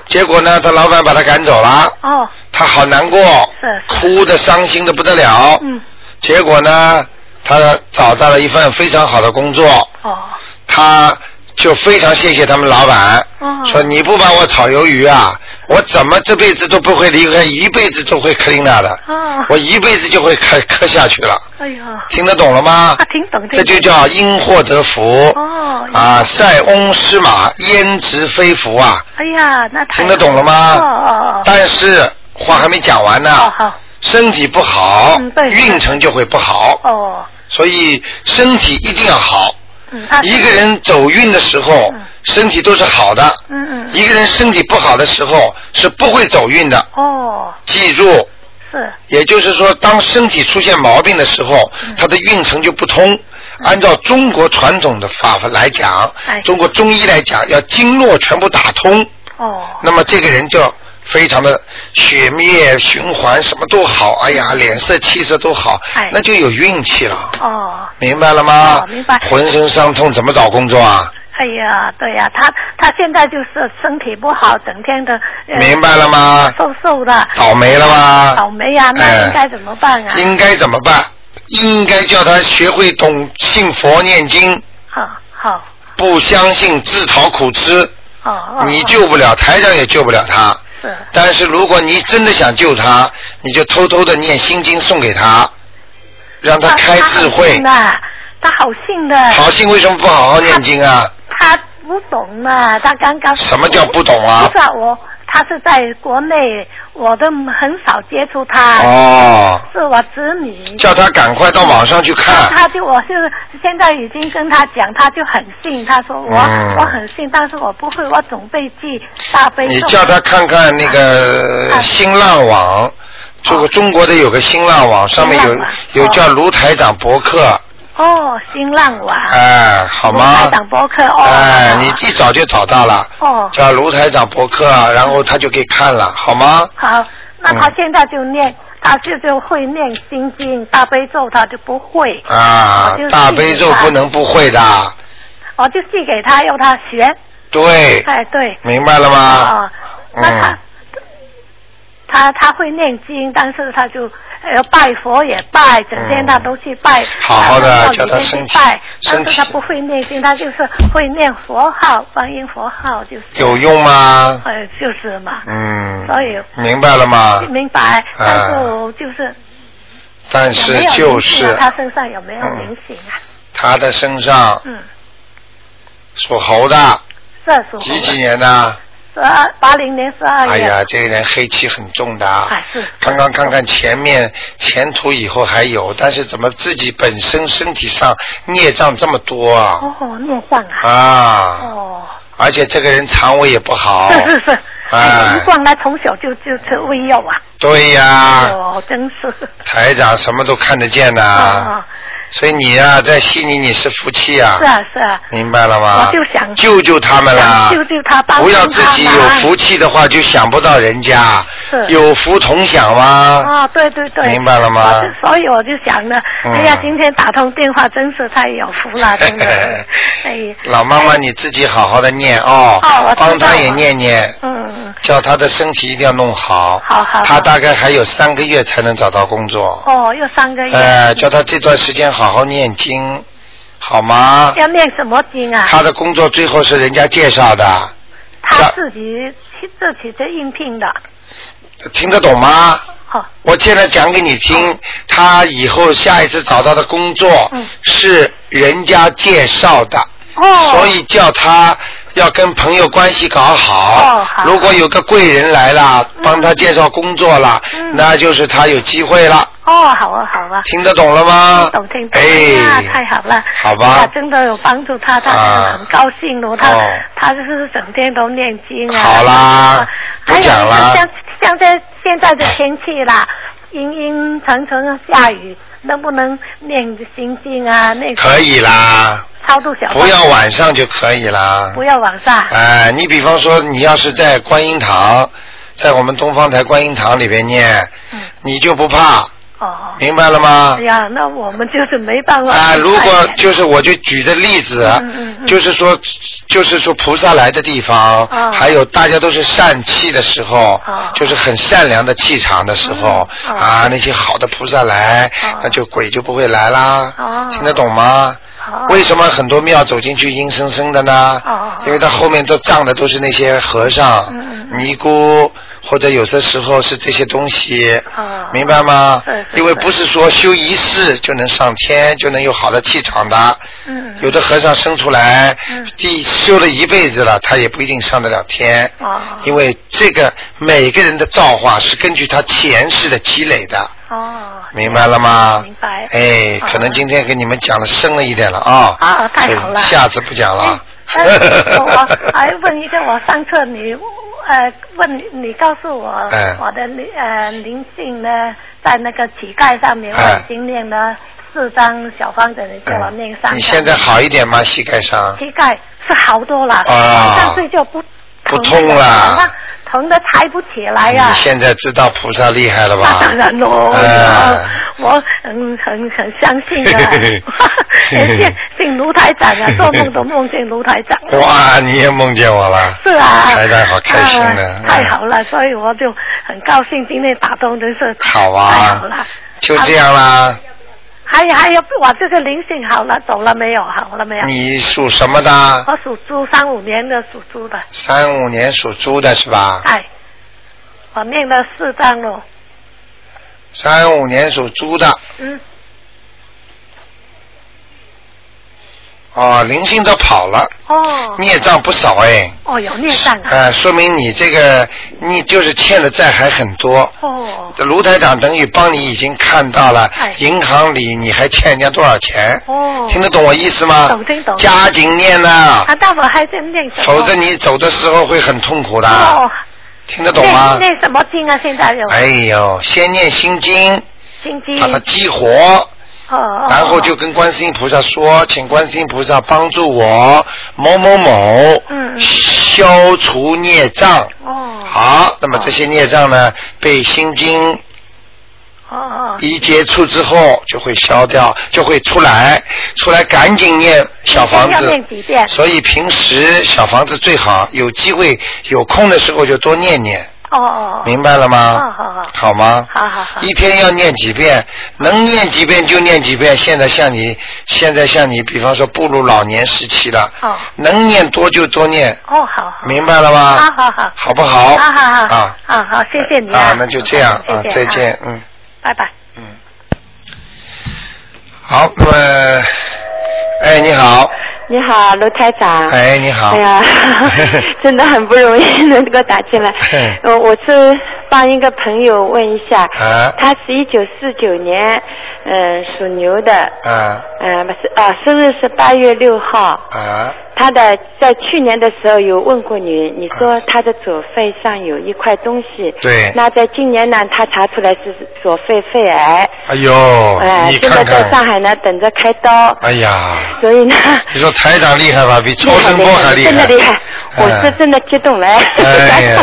Speaker 1: 结果呢，他老板把他赶走了，
Speaker 8: 哦
Speaker 1: 他好难过，
Speaker 8: 是
Speaker 1: 哭的伤心的不得了。
Speaker 8: 嗯
Speaker 1: 结果呢，他找到了一份非常好的工作，
Speaker 8: 哦
Speaker 1: 他就非常谢谢他们老板，
Speaker 8: 嗯
Speaker 1: 说你不把我炒鱿鱼啊，我怎么这辈子都不会离开，一辈子都会 clean 的，
Speaker 8: 啊，
Speaker 1: 我一辈子就会磕磕下去了，
Speaker 8: 哎呀，
Speaker 1: 听得懂了吗？
Speaker 8: 他挺啊懂
Speaker 1: 这就叫因祸得福。
Speaker 8: 哦，
Speaker 1: 啊，塞翁失马，焉知非福啊！
Speaker 8: 哎呀，那太
Speaker 1: 听得懂了吗
Speaker 8: 哦哦哦，
Speaker 1: 但是话还没讲完
Speaker 8: 哦
Speaker 1: 呢，
Speaker 8: 好，
Speaker 1: 身体不好
Speaker 8: 嗯，对
Speaker 1: 运程就会不好，
Speaker 8: 哦，
Speaker 1: 所以身体一定要好。
Speaker 8: 嗯，啊
Speaker 1: 一个，人走运的时候
Speaker 8: 嗯，
Speaker 1: 身体都是好的；
Speaker 8: 嗯嗯，
Speaker 1: 一个人身体不好的时候，是不会走运的。
Speaker 8: 哦，
Speaker 1: 记住，
Speaker 8: 是，
Speaker 1: 也就是说，当身体出现毛病的时候，
Speaker 8: 嗯
Speaker 1: 它的运程就不通。按照中国传统的法来讲
Speaker 8: 哎，
Speaker 1: 中国中医来讲，要经络全部打通，
Speaker 8: 哦，
Speaker 1: 那么这个人就非常的血脉循环什么都好，哎呀，脸色气色都好
Speaker 8: 嗯哎，
Speaker 1: 那就有运气了。
Speaker 8: 哦。
Speaker 1: 明白了吗
Speaker 8: 哦？明白
Speaker 1: 浑身伤痛怎么找工作啊？
Speaker 8: 哎呀，对呀、他他现在就是身体不好，整天的、呃、
Speaker 1: 明白了吗？
Speaker 8: 瘦瘦的，
Speaker 1: 倒霉了吧？
Speaker 8: 倒霉呀、那应该怎么办啊
Speaker 1: 哎？应该怎么办？应该叫他学会懂信佛念经，
Speaker 8: 好好
Speaker 1: 不相信自讨苦吃，
Speaker 8: 哦哦，
Speaker 1: 你
Speaker 8: 哦
Speaker 1: 救不了，台长也救不了他。
Speaker 8: 是
Speaker 1: 但是如果你真的想救他，你就偷偷的念心经送给他，让他开智慧
Speaker 8: 他。他好信的，他好
Speaker 1: 好
Speaker 8: 信的，
Speaker 1: 心为什么不好好念经啊？
Speaker 8: 他不懂呢，他刚刚
Speaker 1: 什么叫不懂啊
Speaker 8: 不是啊我，他是在国内，我都很少接触他，
Speaker 1: 哦，
Speaker 8: 是我侄女。
Speaker 1: 叫他赶快到网上去看。
Speaker 8: 他就我是现在已经跟他讲，他就很信，他说我、
Speaker 1: 嗯
Speaker 8: 我很信，但是我不会，我总被记大悲咒。
Speaker 1: 你叫他看看那个
Speaker 8: 啊
Speaker 1: 新浪网，就中国的有个新浪网，上面
Speaker 8: 哦新浪网
Speaker 1: 有有叫卢台长博客，
Speaker 8: 哦，新浪网，
Speaker 1: 哎，好
Speaker 8: 台
Speaker 1: 吗？
Speaker 8: 长博客哦，
Speaker 1: 哎，
Speaker 8: 好
Speaker 1: 你一早就找到了，
Speaker 8: 哦
Speaker 1: 叫卢台长博客，然后他就给看了，好吗？
Speaker 8: 好，那他
Speaker 1: 嗯
Speaker 8: 现在就念，他就就会念心经、大悲咒，他就不会，
Speaker 1: 啊
Speaker 8: 我就，
Speaker 1: 大悲咒
Speaker 8: 啊
Speaker 1: 不能不会的，
Speaker 8: 我哦就寄给他，要他学。
Speaker 1: 对，
Speaker 8: 哎，对，
Speaker 1: 明白了吗？
Speaker 8: 哦，那他、
Speaker 1: 嗯
Speaker 8: 他他会念经，但是他就呃拜佛也拜，整天他都去拜，
Speaker 1: 好好地
Speaker 8: 然后
Speaker 1: 叫他
Speaker 8: 里面去
Speaker 1: 身体
Speaker 8: 拜，
Speaker 1: 身
Speaker 8: 但
Speaker 1: 体
Speaker 8: 是他不会念经，他就是会念佛号，观音佛号就是
Speaker 1: 有用吗？
Speaker 8: 呃就是嘛，
Speaker 1: 嗯，
Speaker 8: 所以
Speaker 1: 明白了吗？
Speaker 8: 明
Speaker 1: 啊
Speaker 8: 白，但是我就是
Speaker 1: 但
Speaker 8: 有没
Speaker 1: 是
Speaker 8: 有
Speaker 1: 就
Speaker 8: 灵
Speaker 1: 是
Speaker 8: 性啊？他身上有没有
Speaker 1: 嗯
Speaker 8: 灵性啊？
Speaker 1: 他的身上
Speaker 8: 嗯，
Speaker 1: 属猴的，
Speaker 8: 这属
Speaker 1: 几几年的？
Speaker 8: 十二八零年十二
Speaker 1: 哎
Speaker 8: 月，
Speaker 1: 呀，这个人黑气很重的啊。
Speaker 8: 哎是
Speaker 1: 刚刚看看前面前途以后还有，但是怎么自己本身身体上孽障这么多啊？
Speaker 8: 哦，念上啊，
Speaker 1: 啊，
Speaker 8: 哦。
Speaker 1: 而且这个人肠胃也不 好
Speaker 8: 是。是是，
Speaker 1: 哎
Speaker 8: 哎，吴光他从小就就吃胃药啊，
Speaker 1: 对呀、
Speaker 8: 哦，真是
Speaker 1: 台长什么都看得见呐、
Speaker 8: 啊，
Speaker 1: 所以你呀、在悉尼你是福气啊。
Speaker 8: 是啊是啊，
Speaker 1: 明白了吗？
Speaker 8: 我就想
Speaker 1: 救救他们啦！
Speaker 8: 想救救他帮
Speaker 1: 不要
Speaker 8: 帮
Speaker 1: 自
Speaker 8: 他
Speaker 1: 己有
Speaker 8: 忙
Speaker 1: 福气的话，就想不到人家。
Speaker 8: 是
Speaker 1: 有福同享吗？
Speaker 8: 啊，对对对，
Speaker 1: 明白了吗
Speaker 8: 我就所以我就想呢，
Speaker 1: 嗯
Speaker 8: 哎呀，今天打通电话真是太有福 了，真的，哎呀，
Speaker 1: 老妈妈，你自己好好的念哦
Speaker 8: 哦我，知道
Speaker 1: 帮他也念念，
Speaker 8: 嗯，
Speaker 1: 叫他的身体一定要弄好。
Speaker 8: 好好好
Speaker 1: 他大概还有三个月才能找到工作。
Speaker 8: 哦，又三个月，
Speaker 1: 呃，叫他这段时间好好念经，好吗？
Speaker 8: 要念什么经啊？
Speaker 1: 他的工作最后是人家介绍的，
Speaker 8: 他自己自己去应聘的，
Speaker 1: 听得懂吗？
Speaker 8: 哦，
Speaker 1: 我现在讲给你听，他以后下一次找到的工作
Speaker 8: 嗯
Speaker 1: 是人家介绍的，
Speaker 8: 哦，
Speaker 1: 所以叫他要跟朋友关系搞好。
Speaker 8: 哦好
Speaker 1: 如果有个贵人来了，帮他介绍工作了，
Speaker 8: 嗯
Speaker 1: 那就是他有机会了。
Speaker 8: 哦，好啊，好啊。
Speaker 1: 听得懂了吗？
Speaker 8: 懂听懂，
Speaker 1: 哎
Speaker 8: 啊，，太好了，
Speaker 1: 好吧
Speaker 8: 哎呀真的有帮助他，他
Speaker 1: 啊
Speaker 8: 很高兴哦，他
Speaker 1: 哦
Speaker 8: 他就是整天都念经啊。
Speaker 1: 好啦
Speaker 8: 还有
Speaker 1: 不讲啦
Speaker 8: 像像这现在的天气啦，阴阴沉沉下雨，能不能念心经啊？那
Speaker 1: 可以啦，
Speaker 8: 超度小
Speaker 1: 不要
Speaker 8: 房子
Speaker 1: 晚上就可以啦。
Speaker 8: 不要往上，
Speaker 1: 哎，你比方说，你要是在观音堂，在我们东方台观音堂里边念，
Speaker 8: 嗯
Speaker 1: 你就不怕，
Speaker 8: 哦。
Speaker 1: 明白了吗
Speaker 8: 哎？呀，那我们就是没办法。
Speaker 1: 啊，如
Speaker 8: 快
Speaker 1: 果
Speaker 8: 点
Speaker 1: 就是我就举的例子，
Speaker 8: 嗯嗯嗯
Speaker 1: 就是说，就是说菩萨来的地方，
Speaker 8: 哦
Speaker 1: 还有大家都是善气的时候，
Speaker 8: 哦
Speaker 1: 就是很善良的气场的时候，
Speaker 8: 嗯哦
Speaker 1: 啊，那些好的菩萨来，
Speaker 8: 哦
Speaker 1: 那就鬼就不会来啦，
Speaker 8: 哦
Speaker 1: 听得懂吗？
Speaker 8: 啊
Speaker 1: 为什么很多庙走进去阴森森的呢？因为它后面都葬的都是那些和尚、尼姑，或者有的时候是这些东西，明白吗？因为不是说修一世就能上天，就能有好的气场的。
Speaker 8: 嗯
Speaker 1: 有的和尚生出来，地修了一辈子了，他也不一定上得了天，
Speaker 8: 哦
Speaker 1: 因为这个每个人的造化是根据他前世的积累的。
Speaker 8: 哦，
Speaker 1: 明白了吗？
Speaker 8: 明白
Speaker 1: 哎，可能今天跟你们讲的深了一点了啊。
Speaker 8: 啊太好了
Speaker 1: 对下次不讲了啊。
Speaker 8: 哎，我 还问一个，我上次你呃问你告诉我、
Speaker 1: 哎
Speaker 8: 我的灵呃灵性呢，在那个乞丐上面，
Speaker 1: 哎
Speaker 8: 我已经念了四张小方子，你叫我念三张。
Speaker 1: 嗯你现在好一点吗？膝盖上？
Speaker 8: 膝盖是好多了，
Speaker 1: 啊
Speaker 8: 晚上睡觉不
Speaker 1: 不
Speaker 8: 疼
Speaker 1: 痛了
Speaker 8: 晚上疼的抬不起来哎呀、
Speaker 1: 你现在知道菩萨厉害了吧
Speaker 8: 那？当然喽，
Speaker 1: 哎
Speaker 8: 我很很很相 信的， 信 信卢台长啊，做梦都梦见卢台长。啊
Speaker 1: 哇，你也梦见我了。
Speaker 8: 是啊，
Speaker 1: 台长好开心哎的。
Speaker 8: 啊太好了，所以我就很高兴今天打通，真是
Speaker 1: 好
Speaker 8: 太好
Speaker 1: 啊
Speaker 8: 了。，
Speaker 1: 就这样啦。
Speaker 8: 还有还有，我这个灵性好了，走了没有？好了没有？
Speaker 1: 你属什么的？
Speaker 8: 我属猪，三五年的属猪
Speaker 1: 啊
Speaker 8: 的，
Speaker 1: 三五年属猪的是吧？
Speaker 8: 哎，我念了四张了，
Speaker 1: 三五年属猪的，
Speaker 8: 嗯，
Speaker 1: 哦，灵性都跑了，
Speaker 8: 哦，
Speaker 1: 孽障不少哎。
Speaker 8: 哦，有孽障啊，
Speaker 1: 呃，说明你这个你就是欠的债还很多。
Speaker 8: 哦，
Speaker 1: 卢台长等于帮你已经看到了
Speaker 8: 哎，
Speaker 1: 银行里你还欠人家多少钱？
Speaker 8: 哦，
Speaker 1: 听得懂我意思吗？
Speaker 8: 懂听懂
Speaker 1: 加紧念呐、
Speaker 8: 啊，但我还在念什么？
Speaker 1: 否则你走的时候会很痛苦的。
Speaker 8: 哦，
Speaker 1: 听得懂吗？
Speaker 8: 念念什么经啊？现在有
Speaker 1: 哎呦，先念心经，
Speaker 8: 心经，
Speaker 1: 把它激活。
Speaker 8: 嗯哦哦，
Speaker 1: 然后就跟观世音菩萨说，请观世音菩萨帮助我某某某
Speaker 8: 嗯嗯
Speaker 1: 消除孽障。
Speaker 8: 哦
Speaker 1: 好，那么这些孽障呢，被心经
Speaker 8: 哦哦
Speaker 1: 一接触之后就会消掉，就会出来，出来赶紧念小房
Speaker 8: 要
Speaker 1: 子
Speaker 8: 念。几遍？
Speaker 1: 所以平时小房子最好有机会有空的时候就多念念，
Speaker 8: 哦哦哦，
Speaker 1: 明白了吗？
Speaker 8: 好好好
Speaker 1: 好吗？
Speaker 8: 好好好
Speaker 1: 一天要念几遍，能念几遍就念几遍。现在像你，现在像你，比方说步入老年时期了，
Speaker 8: 哦
Speaker 1: 能念多就多念，
Speaker 8: 哦，好好，
Speaker 1: 明白了吗？
Speaker 8: 好好好
Speaker 1: 好不好？
Speaker 8: 好好好
Speaker 1: 啊，
Speaker 8: 好好，谢谢你
Speaker 1: 啊，那就这样啊
Speaker 8: 谢，谢
Speaker 1: 再见，嗯。
Speaker 8: 拜拜。
Speaker 1: 嗯，好，那么，哎，你好，
Speaker 9: 你好，卢台长。
Speaker 1: 哎，你好，，
Speaker 9: 哎呀真的很不容易能够打进来
Speaker 1: 嘿。
Speaker 9: 呃，我是帮一个朋友问一下，
Speaker 1: 啊
Speaker 9: 他是一九四九年，嗯、属牛的，
Speaker 1: 啊
Speaker 9: 嗯、不是啊，生日是八月六号。
Speaker 1: 啊，
Speaker 9: 他的在去年的时候有问过你，你说他的左肺上有一块东西。
Speaker 1: 对
Speaker 9: 那在今年呢，他查出来是左肺肺癌，
Speaker 1: 哎呦，
Speaker 9: 哎、
Speaker 1: 你
Speaker 9: 现在
Speaker 1: 看
Speaker 9: 在上
Speaker 1: 看，
Speaker 9: 海呢等着开刀，
Speaker 1: 哎呀，
Speaker 9: 所以呢。
Speaker 1: 你说台长厉害吧？比超声波还厉害，
Speaker 9: 真的厉害，我是真的激动了。
Speaker 1: 哎 呀，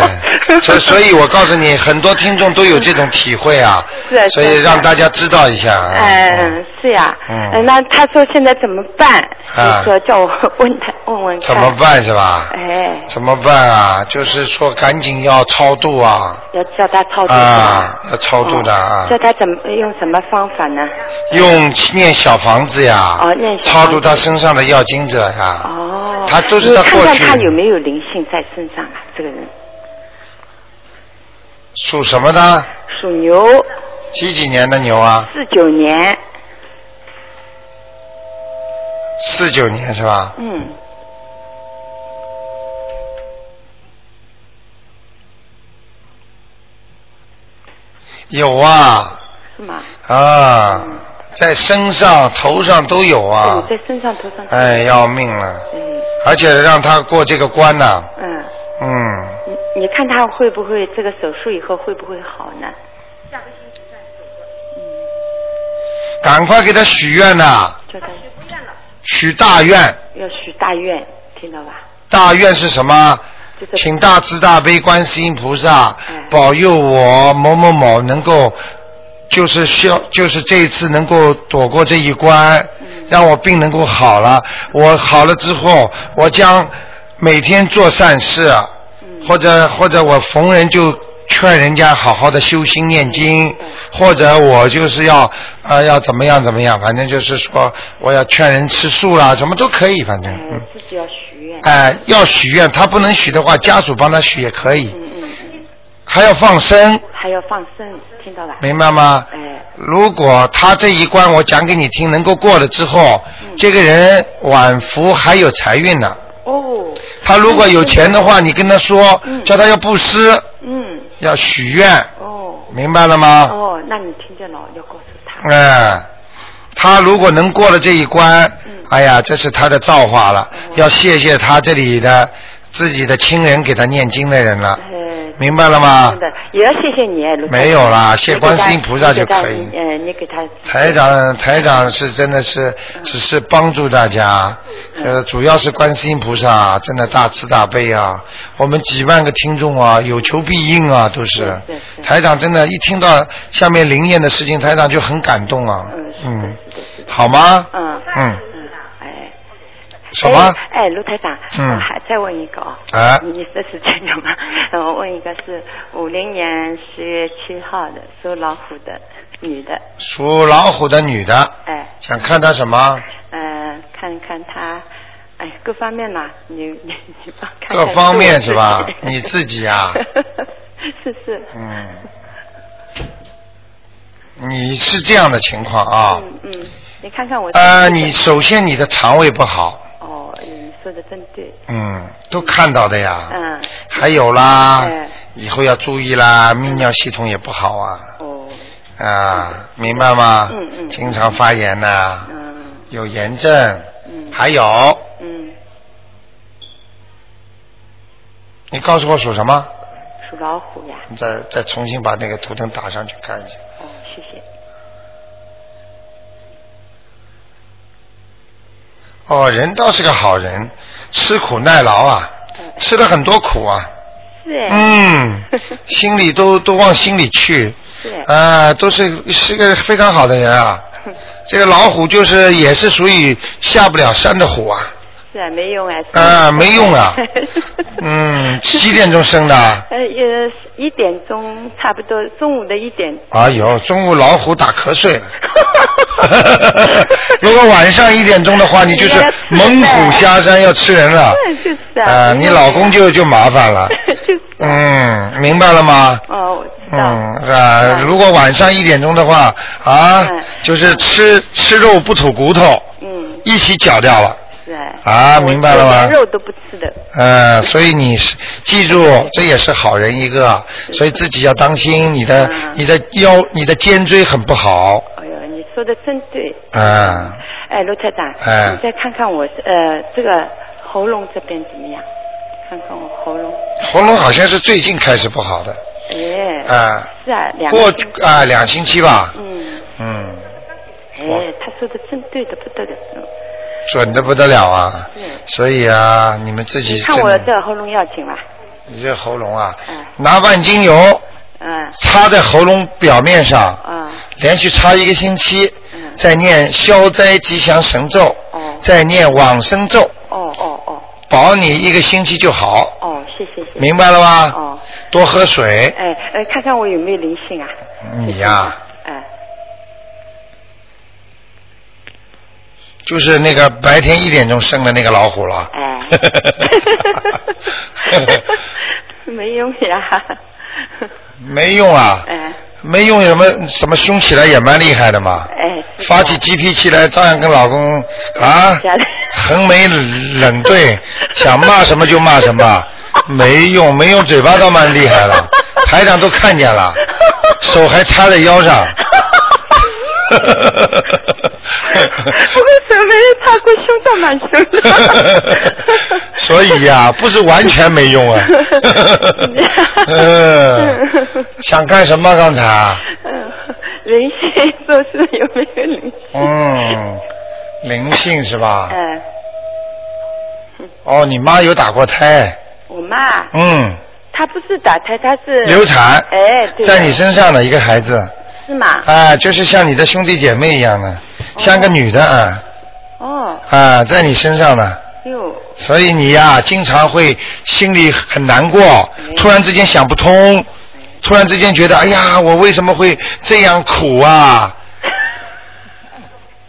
Speaker 1: 所以所以，我告诉你，很多听众都有这种体会啊，
Speaker 9: 是啊
Speaker 1: 所以
Speaker 9: 是啊
Speaker 1: 让大家知道一下啊。
Speaker 9: 嗯，是呀、
Speaker 1: 嗯
Speaker 9: 呃那他说现在怎么办？
Speaker 1: 啊
Speaker 9: 你说叫我问他问问看。
Speaker 1: 怎么？办是吧？
Speaker 9: 嗯啊哎，
Speaker 1: 怎么办啊？就是说，赶紧要超度啊，
Speaker 9: 要叫他操作。
Speaker 1: 啊，要超度的啊。
Speaker 9: 哦叫他怎么用什么方法呢？
Speaker 1: 用念小房子呀，
Speaker 9: 哦念小
Speaker 1: 超
Speaker 9: 房子
Speaker 1: 度他身上的要经者呀。
Speaker 9: 哦，
Speaker 1: 他都是
Speaker 9: 你
Speaker 1: 他
Speaker 9: 看
Speaker 1: 过
Speaker 9: 看
Speaker 1: 去
Speaker 9: 他有没有灵性在身上啊？这个人
Speaker 1: 属什么的？
Speaker 9: 属牛，
Speaker 1: 几几年的牛啊？
Speaker 9: 四九年，
Speaker 1: 四九年是吧？
Speaker 9: 嗯，
Speaker 1: 有啊
Speaker 9: 是吗？
Speaker 1: 啊，在身上、头上都有啊。
Speaker 9: 嗯对，在身上头上。
Speaker 1: 哎，要命了！
Speaker 9: 嗯
Speaker 1: 而且让他过这个关呐、
Speaker 9: 嗯，
Speaker 1: 嗯，
Speaker 9: 你你看他会不会这个手术以后会不会好呢？
Speaker 1: 赶快给他许愿呐、
Speaker 9: 叫他
Speaker 1: 许大愿。
Speaker 9: 要许大愿，听到吧？
Speaker 1: 大愿是什么？
Speaker 9: 就是
Speaker 1: 请大慈大悲观世音菩萨
Speaker 9: 嗯
Speaker 1: 保佑我某某某能够，就是消，就是这一次能够躲过这一关，
Speaker 9: 嗯
Speaker 1: 让我病能够好了。我好了之后，
Speaker 9: 嗯
Speaker 1: 我将每天做善事，或者或者我逢人就劝人家好好的修心念
Speaker 9: 嗯
Speaker 1: 经，或者我就是要呃要怎么样怎么样，反正就是说我要劝人吃素啦，什么都可以，反正嗯，
Speaker 9: 哎自己要许愿。
Speaker 1: 哎、要许愿，他不能许的话，家属帮他许也可以，还要放生，
Speaker 9: 嗯还要放生，听到吧？哎
Speaker 1: 明白吗？如果他这一关我讲给你听能够过了之后，这个人晚福还有财运呢。
Speaker 9: 哦。
Speaker 1: 他如果有钱的话，你跟他说，叫他要布施，
Speaker 9: 嗯，
Speaker 1: 要许愿，
Speaker 9: 哦，
Speaker 1: 明白了吗？
Speaker 9: 哦，那你听见了，要告诉他。
Speaker 1: 哎，他如果能过了这一关，哎呀，这是他的造化了，要谢谢他这里的自己的亲人给他念经的人了，嗯明白了吗
Speaker 9: 哎真？的，也要谢谢你，卢台长
Speaker 1: 没有啦谢
Speaker 9: 你给他
Speaker 1: 观世音菩萨就可以
Speaker 9: 你给他呃，你给他
Speaker 1: 台长，台长是真的是只是帮助大家，呃，主要是观世音菩萨真的大慈大悲啊，我们几万个听众啊，有求必应啊，都是。台长真的，一听到下面灵验的事情，台长就很感动啊，嗯，好吗？
Speaker 9: 嗯
Speaker 1: 嗯，
Speaker 9: 哎。
Speaker 1: 什么？
Speaker 9: 哎，哎卢台长，
Speaker 1: 嗯
Speaker 9: 呃还再问一个哦，
Speaker 1: 啊
Speaker 9: 你这是真的吗？ 呃我问一个是五零年十月七号的属老虎的女的，
Speaker 1: 属老虎的女的，
Speaker 9: 哎，
Speaker 1: 想看她什么？
Speaker 9: 呃，看看她，哎，各方面呢，你你你帮看
Speaker 1: 各
Speaker 9: 看
Speaker 1: 方面是 吧
Speaker 9: 是？我
Speaker 1: 你自己啊，
Speaker 9: 自己是是，
Speaker 1: 嗯，你是这样的情况啊。
Speaker 9: 嗯嗯，你看看我
Speaker 1: 呃，你首先你的肠胃不好，
Speaker 9: 哦，你说的真对，
Speaker 1: 嗯，都看到的呀。
Speaker 9: 嗯，
Speaker 1: 还有啦，
Speaker 9: 哎
Speaker 1: 以后要注意啦，泌尿系统也不好啊。
Speaker 9: 哦。
Speaker 1: 啊，明白吗？
Speaker 9: 嗯嗯
Speaker 1: 经常发炎呐、
Speaker 9: 嗯
Speaker 1: 有炎症。嗯。还有，
Speaker 9: 嗯，
Speaker 1: 你告诉我属什么？
Speaker 9: 属老虎呀，
Speaker 1: 你再再重新把那个图腾打上去看一下。
Speaker 9: 哦，谢谢，
Speaker 1: 哦，人倒是个好人，吃苦耐劳啊，
Speaker 9: 嗯
Speaker 1: 吃了很多苦啊。
Speaker 9: 是哎，
Speaker 1: 嗯，心里都都往心里去，
Speaker 9: 是哎，
Speaker 1: 啊，都是是个非常好的人啊。这个老虎就是也是属于下不了山的虎啊，
Speaker 9: 是啊，没用啊，是，
Speaker 1: 啊没用啊 嗯，七点钟生的，
Speaker 9: 呃，也一点钟差不多，中午的一点。
Speaker 1: 哎呦，中午老虎打瞌 睡了。如果晚上一点钟的话，你就是猛虎下山要吃人了，
Speaker 9: 嗯， 就是啊。
Speaker 1: 啊，你老公就就麻烦了，
Speaker 9: 就是
Speaker 1: 嗯，明白了吗？
Speaker 9: 哦，我知道。
Speaker 1: 嗯，啊，如果晚上一点钟的话，啊，就是吃吃肉不吐骨头，
Speaker 9: 嗯，
Speaker 1: 一起搅掉了。
Speaker 9: 是啊。
Speaker 1: 啊，明白了
Speaker 9: 我连
Speaker 1: 吗？
Speaker 9: 肉都不吃的，
Speaker 1: 呃，所以你是记住，这也是好人一个，所以自己要当心你的、
Speaker 9: 嗯
Speaker 1: 你的腰、你的肩椎很不好，
Speaker 9: 哎呦，你说的真对。
Speaker 1: 啊、
Speaker 9: 哎，卢台长，
Speaker 1: 哎
Speaker 9: 你再看看我呃这个喉咙这边怎么样？看看我喉咙，
Speaker 1: 喉咙好像是最近开始不好的，
Speaker 9: 哎，
Speaker 1: 啊、
Speaker 9: 是啊，两
Speaker 1: 过
Speaker 9: 个
Speaker 1: 啊
Speaker 9: 星期、
Speaker 1: 两星期吧，
Speaker 9: 嗯，
Speaker 1: 嗯，
Speaker 9: 哎，他说的真对的不得了，嗯
Speaker 1: 准的不得了啊，
Speaker 9: 是。
Speaker 1: 所以啊，你们自己
Speaker 9: 嗯你看
Speaker 1: 真
Speaker 9: 我
Speaker 1: 的
Speaker 9: 这喉咙要紧吧？
Speaker 1: 你这喉咙啊，
Speaker 9: 嗯
Speaker 1: 拿万金油
Speaker 9: 嗯
Speaker 1: 擦在喉咙表面上，
Speaker 9: 啊
Speaker 1: 连续擦一个星期，
Speaker 9: 嗯
Speaker 1: 再念消灾吉祥神咒，
Speaker 9: 哦
Speaker 1: 再念往生咒，
Speaker 9: 哦哦哦
Speaker 1: 保你一个星期就好，
Speaker 9: 哦，谢谢谢谢。
Speaker 1: 明白了吗？
Speaker 9: 哦，
Speaker 1: 多喝水。
Speaker 9: 哎哎，看看我有没有灵性啊？
Speaker 1: 你嗯呀、
Speaker 9: 哎，
Speaker 1: 就是那个白天一点钟生的那个老虎了。
Speaker 9: 哎没用呀。
Speaker 1: 没用啊，
Speaker 9: 哎
Speaker 1: 没用，什么什么凶起来也蛮厉害的嘛。
Speaker 9: 哎，是
Speaker 1: 发起鸡皮气来，照样跟老公啊
Speaker 9: 假的，
Speaker 1: 横眉冷对，想骂什么就骂什么，没用，没用，嘴巴倒蛮厉害了，台长都看见了，手还插在腰上。
Speaker 9: 不过手没有擦过，胸倒蛮凶 的。
Speaker 1: 所以呀、不是完全没用啊。 嗯，想干什么刚才？啊
Speaker 9: 嗯，灵性说是有没有灵？
Speaker 1: 嗯，灵性是吧？
Speaker 9: 哎，
Speaker 1: 哦，你妈有打过胎，
Speaker 9: 我妈
Speaker 1: 嗯，
Speaker 9: 她不是打胎，她是
Speaker 1: 流产，
Speaker 9: 哎，对的，
Speaker 1: 在你身上的一个孩子，
Speaker 9: 是吗？
Speaker 1: 啊，就是像你的兄弟姐妹一样的，像个女的啊，
Speaker 9: 哦，
Speaker 1: 啊，在你身上呢，
Speaker 9: 哟，
Speaker 1: 所
Speaker 9: 嗯
Speaker 1: 以你呀、经常会心里很难过，突然之间想不通，突然之间觉得，哎呀，我为什么会这样苦 啊？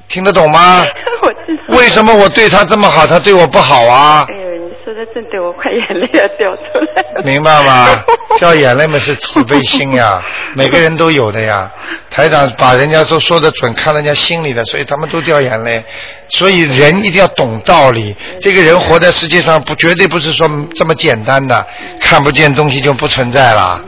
Speaker 1: 听得懂吗？
Speaker 9: 我知道。
Speaker 1: 为什么我对他这么好，他对我不好啊？
Speaker 9: 哎呦，你说的真对，我快眼泪要掉出来 了。
Speaker 1: 明白吗？掉眼泪嘛是慈悲心 呀，每个人都有的呀。台长把人家说说的准，看人家心里的，所以他们都掉眼泪。所以人一定要懂道理。这个人活在世界上不绝对不是说这么简单的，看不见东西就不存在了。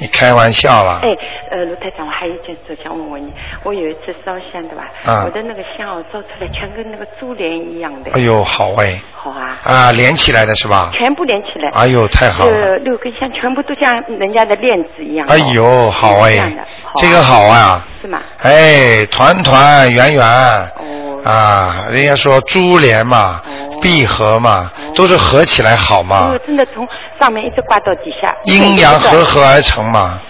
Speaker 1: 你开玩笑啦？
Speaker 9: 哎，呃，卢台长，我还有一件事想问问你。我有一次烧香对吧？
Speaker 1: 啊
Speaker 9: 我的那个香哦，照出来全跟那个珠帘一样的。
Speaker 1: 哎呦，好哎，
Speaker 9: 好啊，
Speaker 1: 啊，连起来的是吧？
Speaker 9: 全部连起来。
Speaker 1: 哎呦，太好了！
Speaker 9: 这六根香全部都像人家的链子一样、哦。
Speaker 1: 哎呦，好
Speaker 9: 这
Speaker 1: 哎
Speaker 9: 样的，
Speaker 1: 这个好啊，
Speaker 9: 是吗？哦
Speaker 1: 哎，团团圆圆，啊，人家说珠帘嘛，闭合嘛，都是合起来好嘛
Speaker 9: 哦，，真的从上面一直挂到底下。哎
Speaker 1: 阴阳和合而成嘛，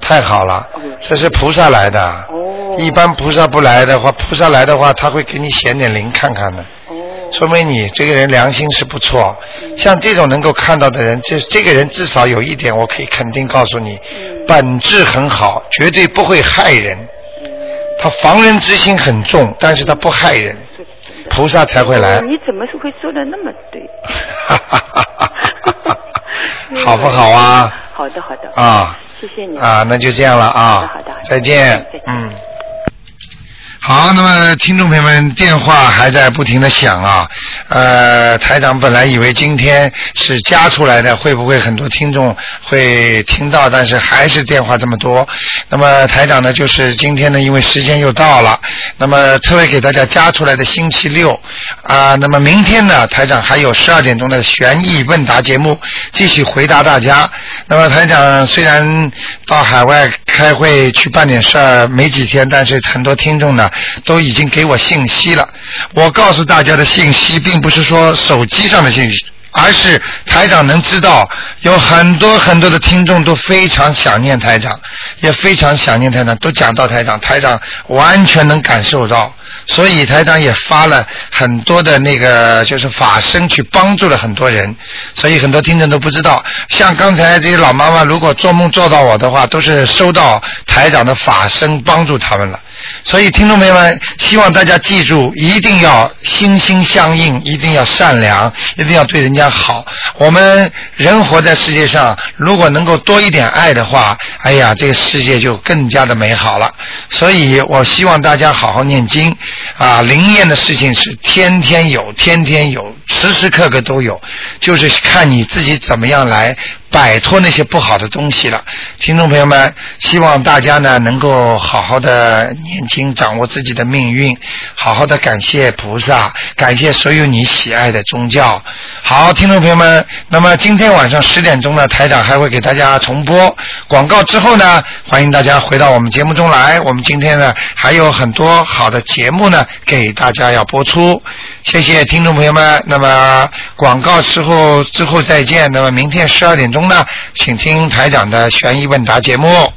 Speaker 1: 太好了，这是菩萨来的，
Speaker 9: 哦
Speaker 1: 一般菩萨不来的话，菩萨来的话，他会给你显点灵看看的。
Speaker 9: 哦
Speaker 1: 说明你这个人良心是不错，像这种能够看到的人，这这个人至少有一点，我可以肯定告诉你，本质很好，绝对不会害人。他防人之心很重，但是他不害人，菩萨才会来
Speaker 9: 哦。你怎么是会说的那么对？
Speaker 1: 好不好啊？
Speaker 9: 好的，好的。
Speaker 1: 啊
Speaker 9: 谢谢你。
Speaker 1: 啊，那就这样了啊，再见，嗯。好，那么听众朋友们，电话还在不停的响啊。呃，台长本来以为今天是加出来的，会不会很多听众会听到？但是还是电话这么多。那么台长呢，就是今天呢，因为时间又到了，那么特别给大家加出来的星期六啊、那么明天呢，台长还有十二点钟的悬疑问答节目，继续回答大家。那么台长虽然到海外开会去办点事儿没几天，但是很多听众呢都已经给我信息了。我告诉大家的信息，并不是说手机上的信息。而是台长能知道，有很多很多的听众都非常想念台长，也非常想念台长，都讲到台长，台长完全能感受到，所以台长也发了很多的那个就是法身去帮助了很多人，所以很多听众都不知道，像刚才这些老妈妈如果做梦做到我的话，都是收到台长的法身帮助他们了。所以，听众朋友们，希望大家记住，一定要心心相印，一定要善良，一定要对人家好。我们人活在世界上，如果能够多一点爱的话，哎呀，这个世界就更加的美好了。所以我希望大家好好念经啊，灵验的事情是天天有，天天有，时时刻刻都有，就是看你自己怎么样来摆脱那些不好的东西了。听众朋友们，希望大家呢能够好好的念经，掌握自己的命运，好好的感谢菩萨，感谢所有你喜爱的宗教。好，听众朋友们，那么今天晚上十点钟呢，台长还会给大家重播广告之后呢，欢迎大家回到我们节目中来。我们今天呢还有很多好的节目呢给大家要播出，谢谢听众朋友们。那么广告之后之后再见。那么明天十二点钟呢，请听台长的悬疑问答节目。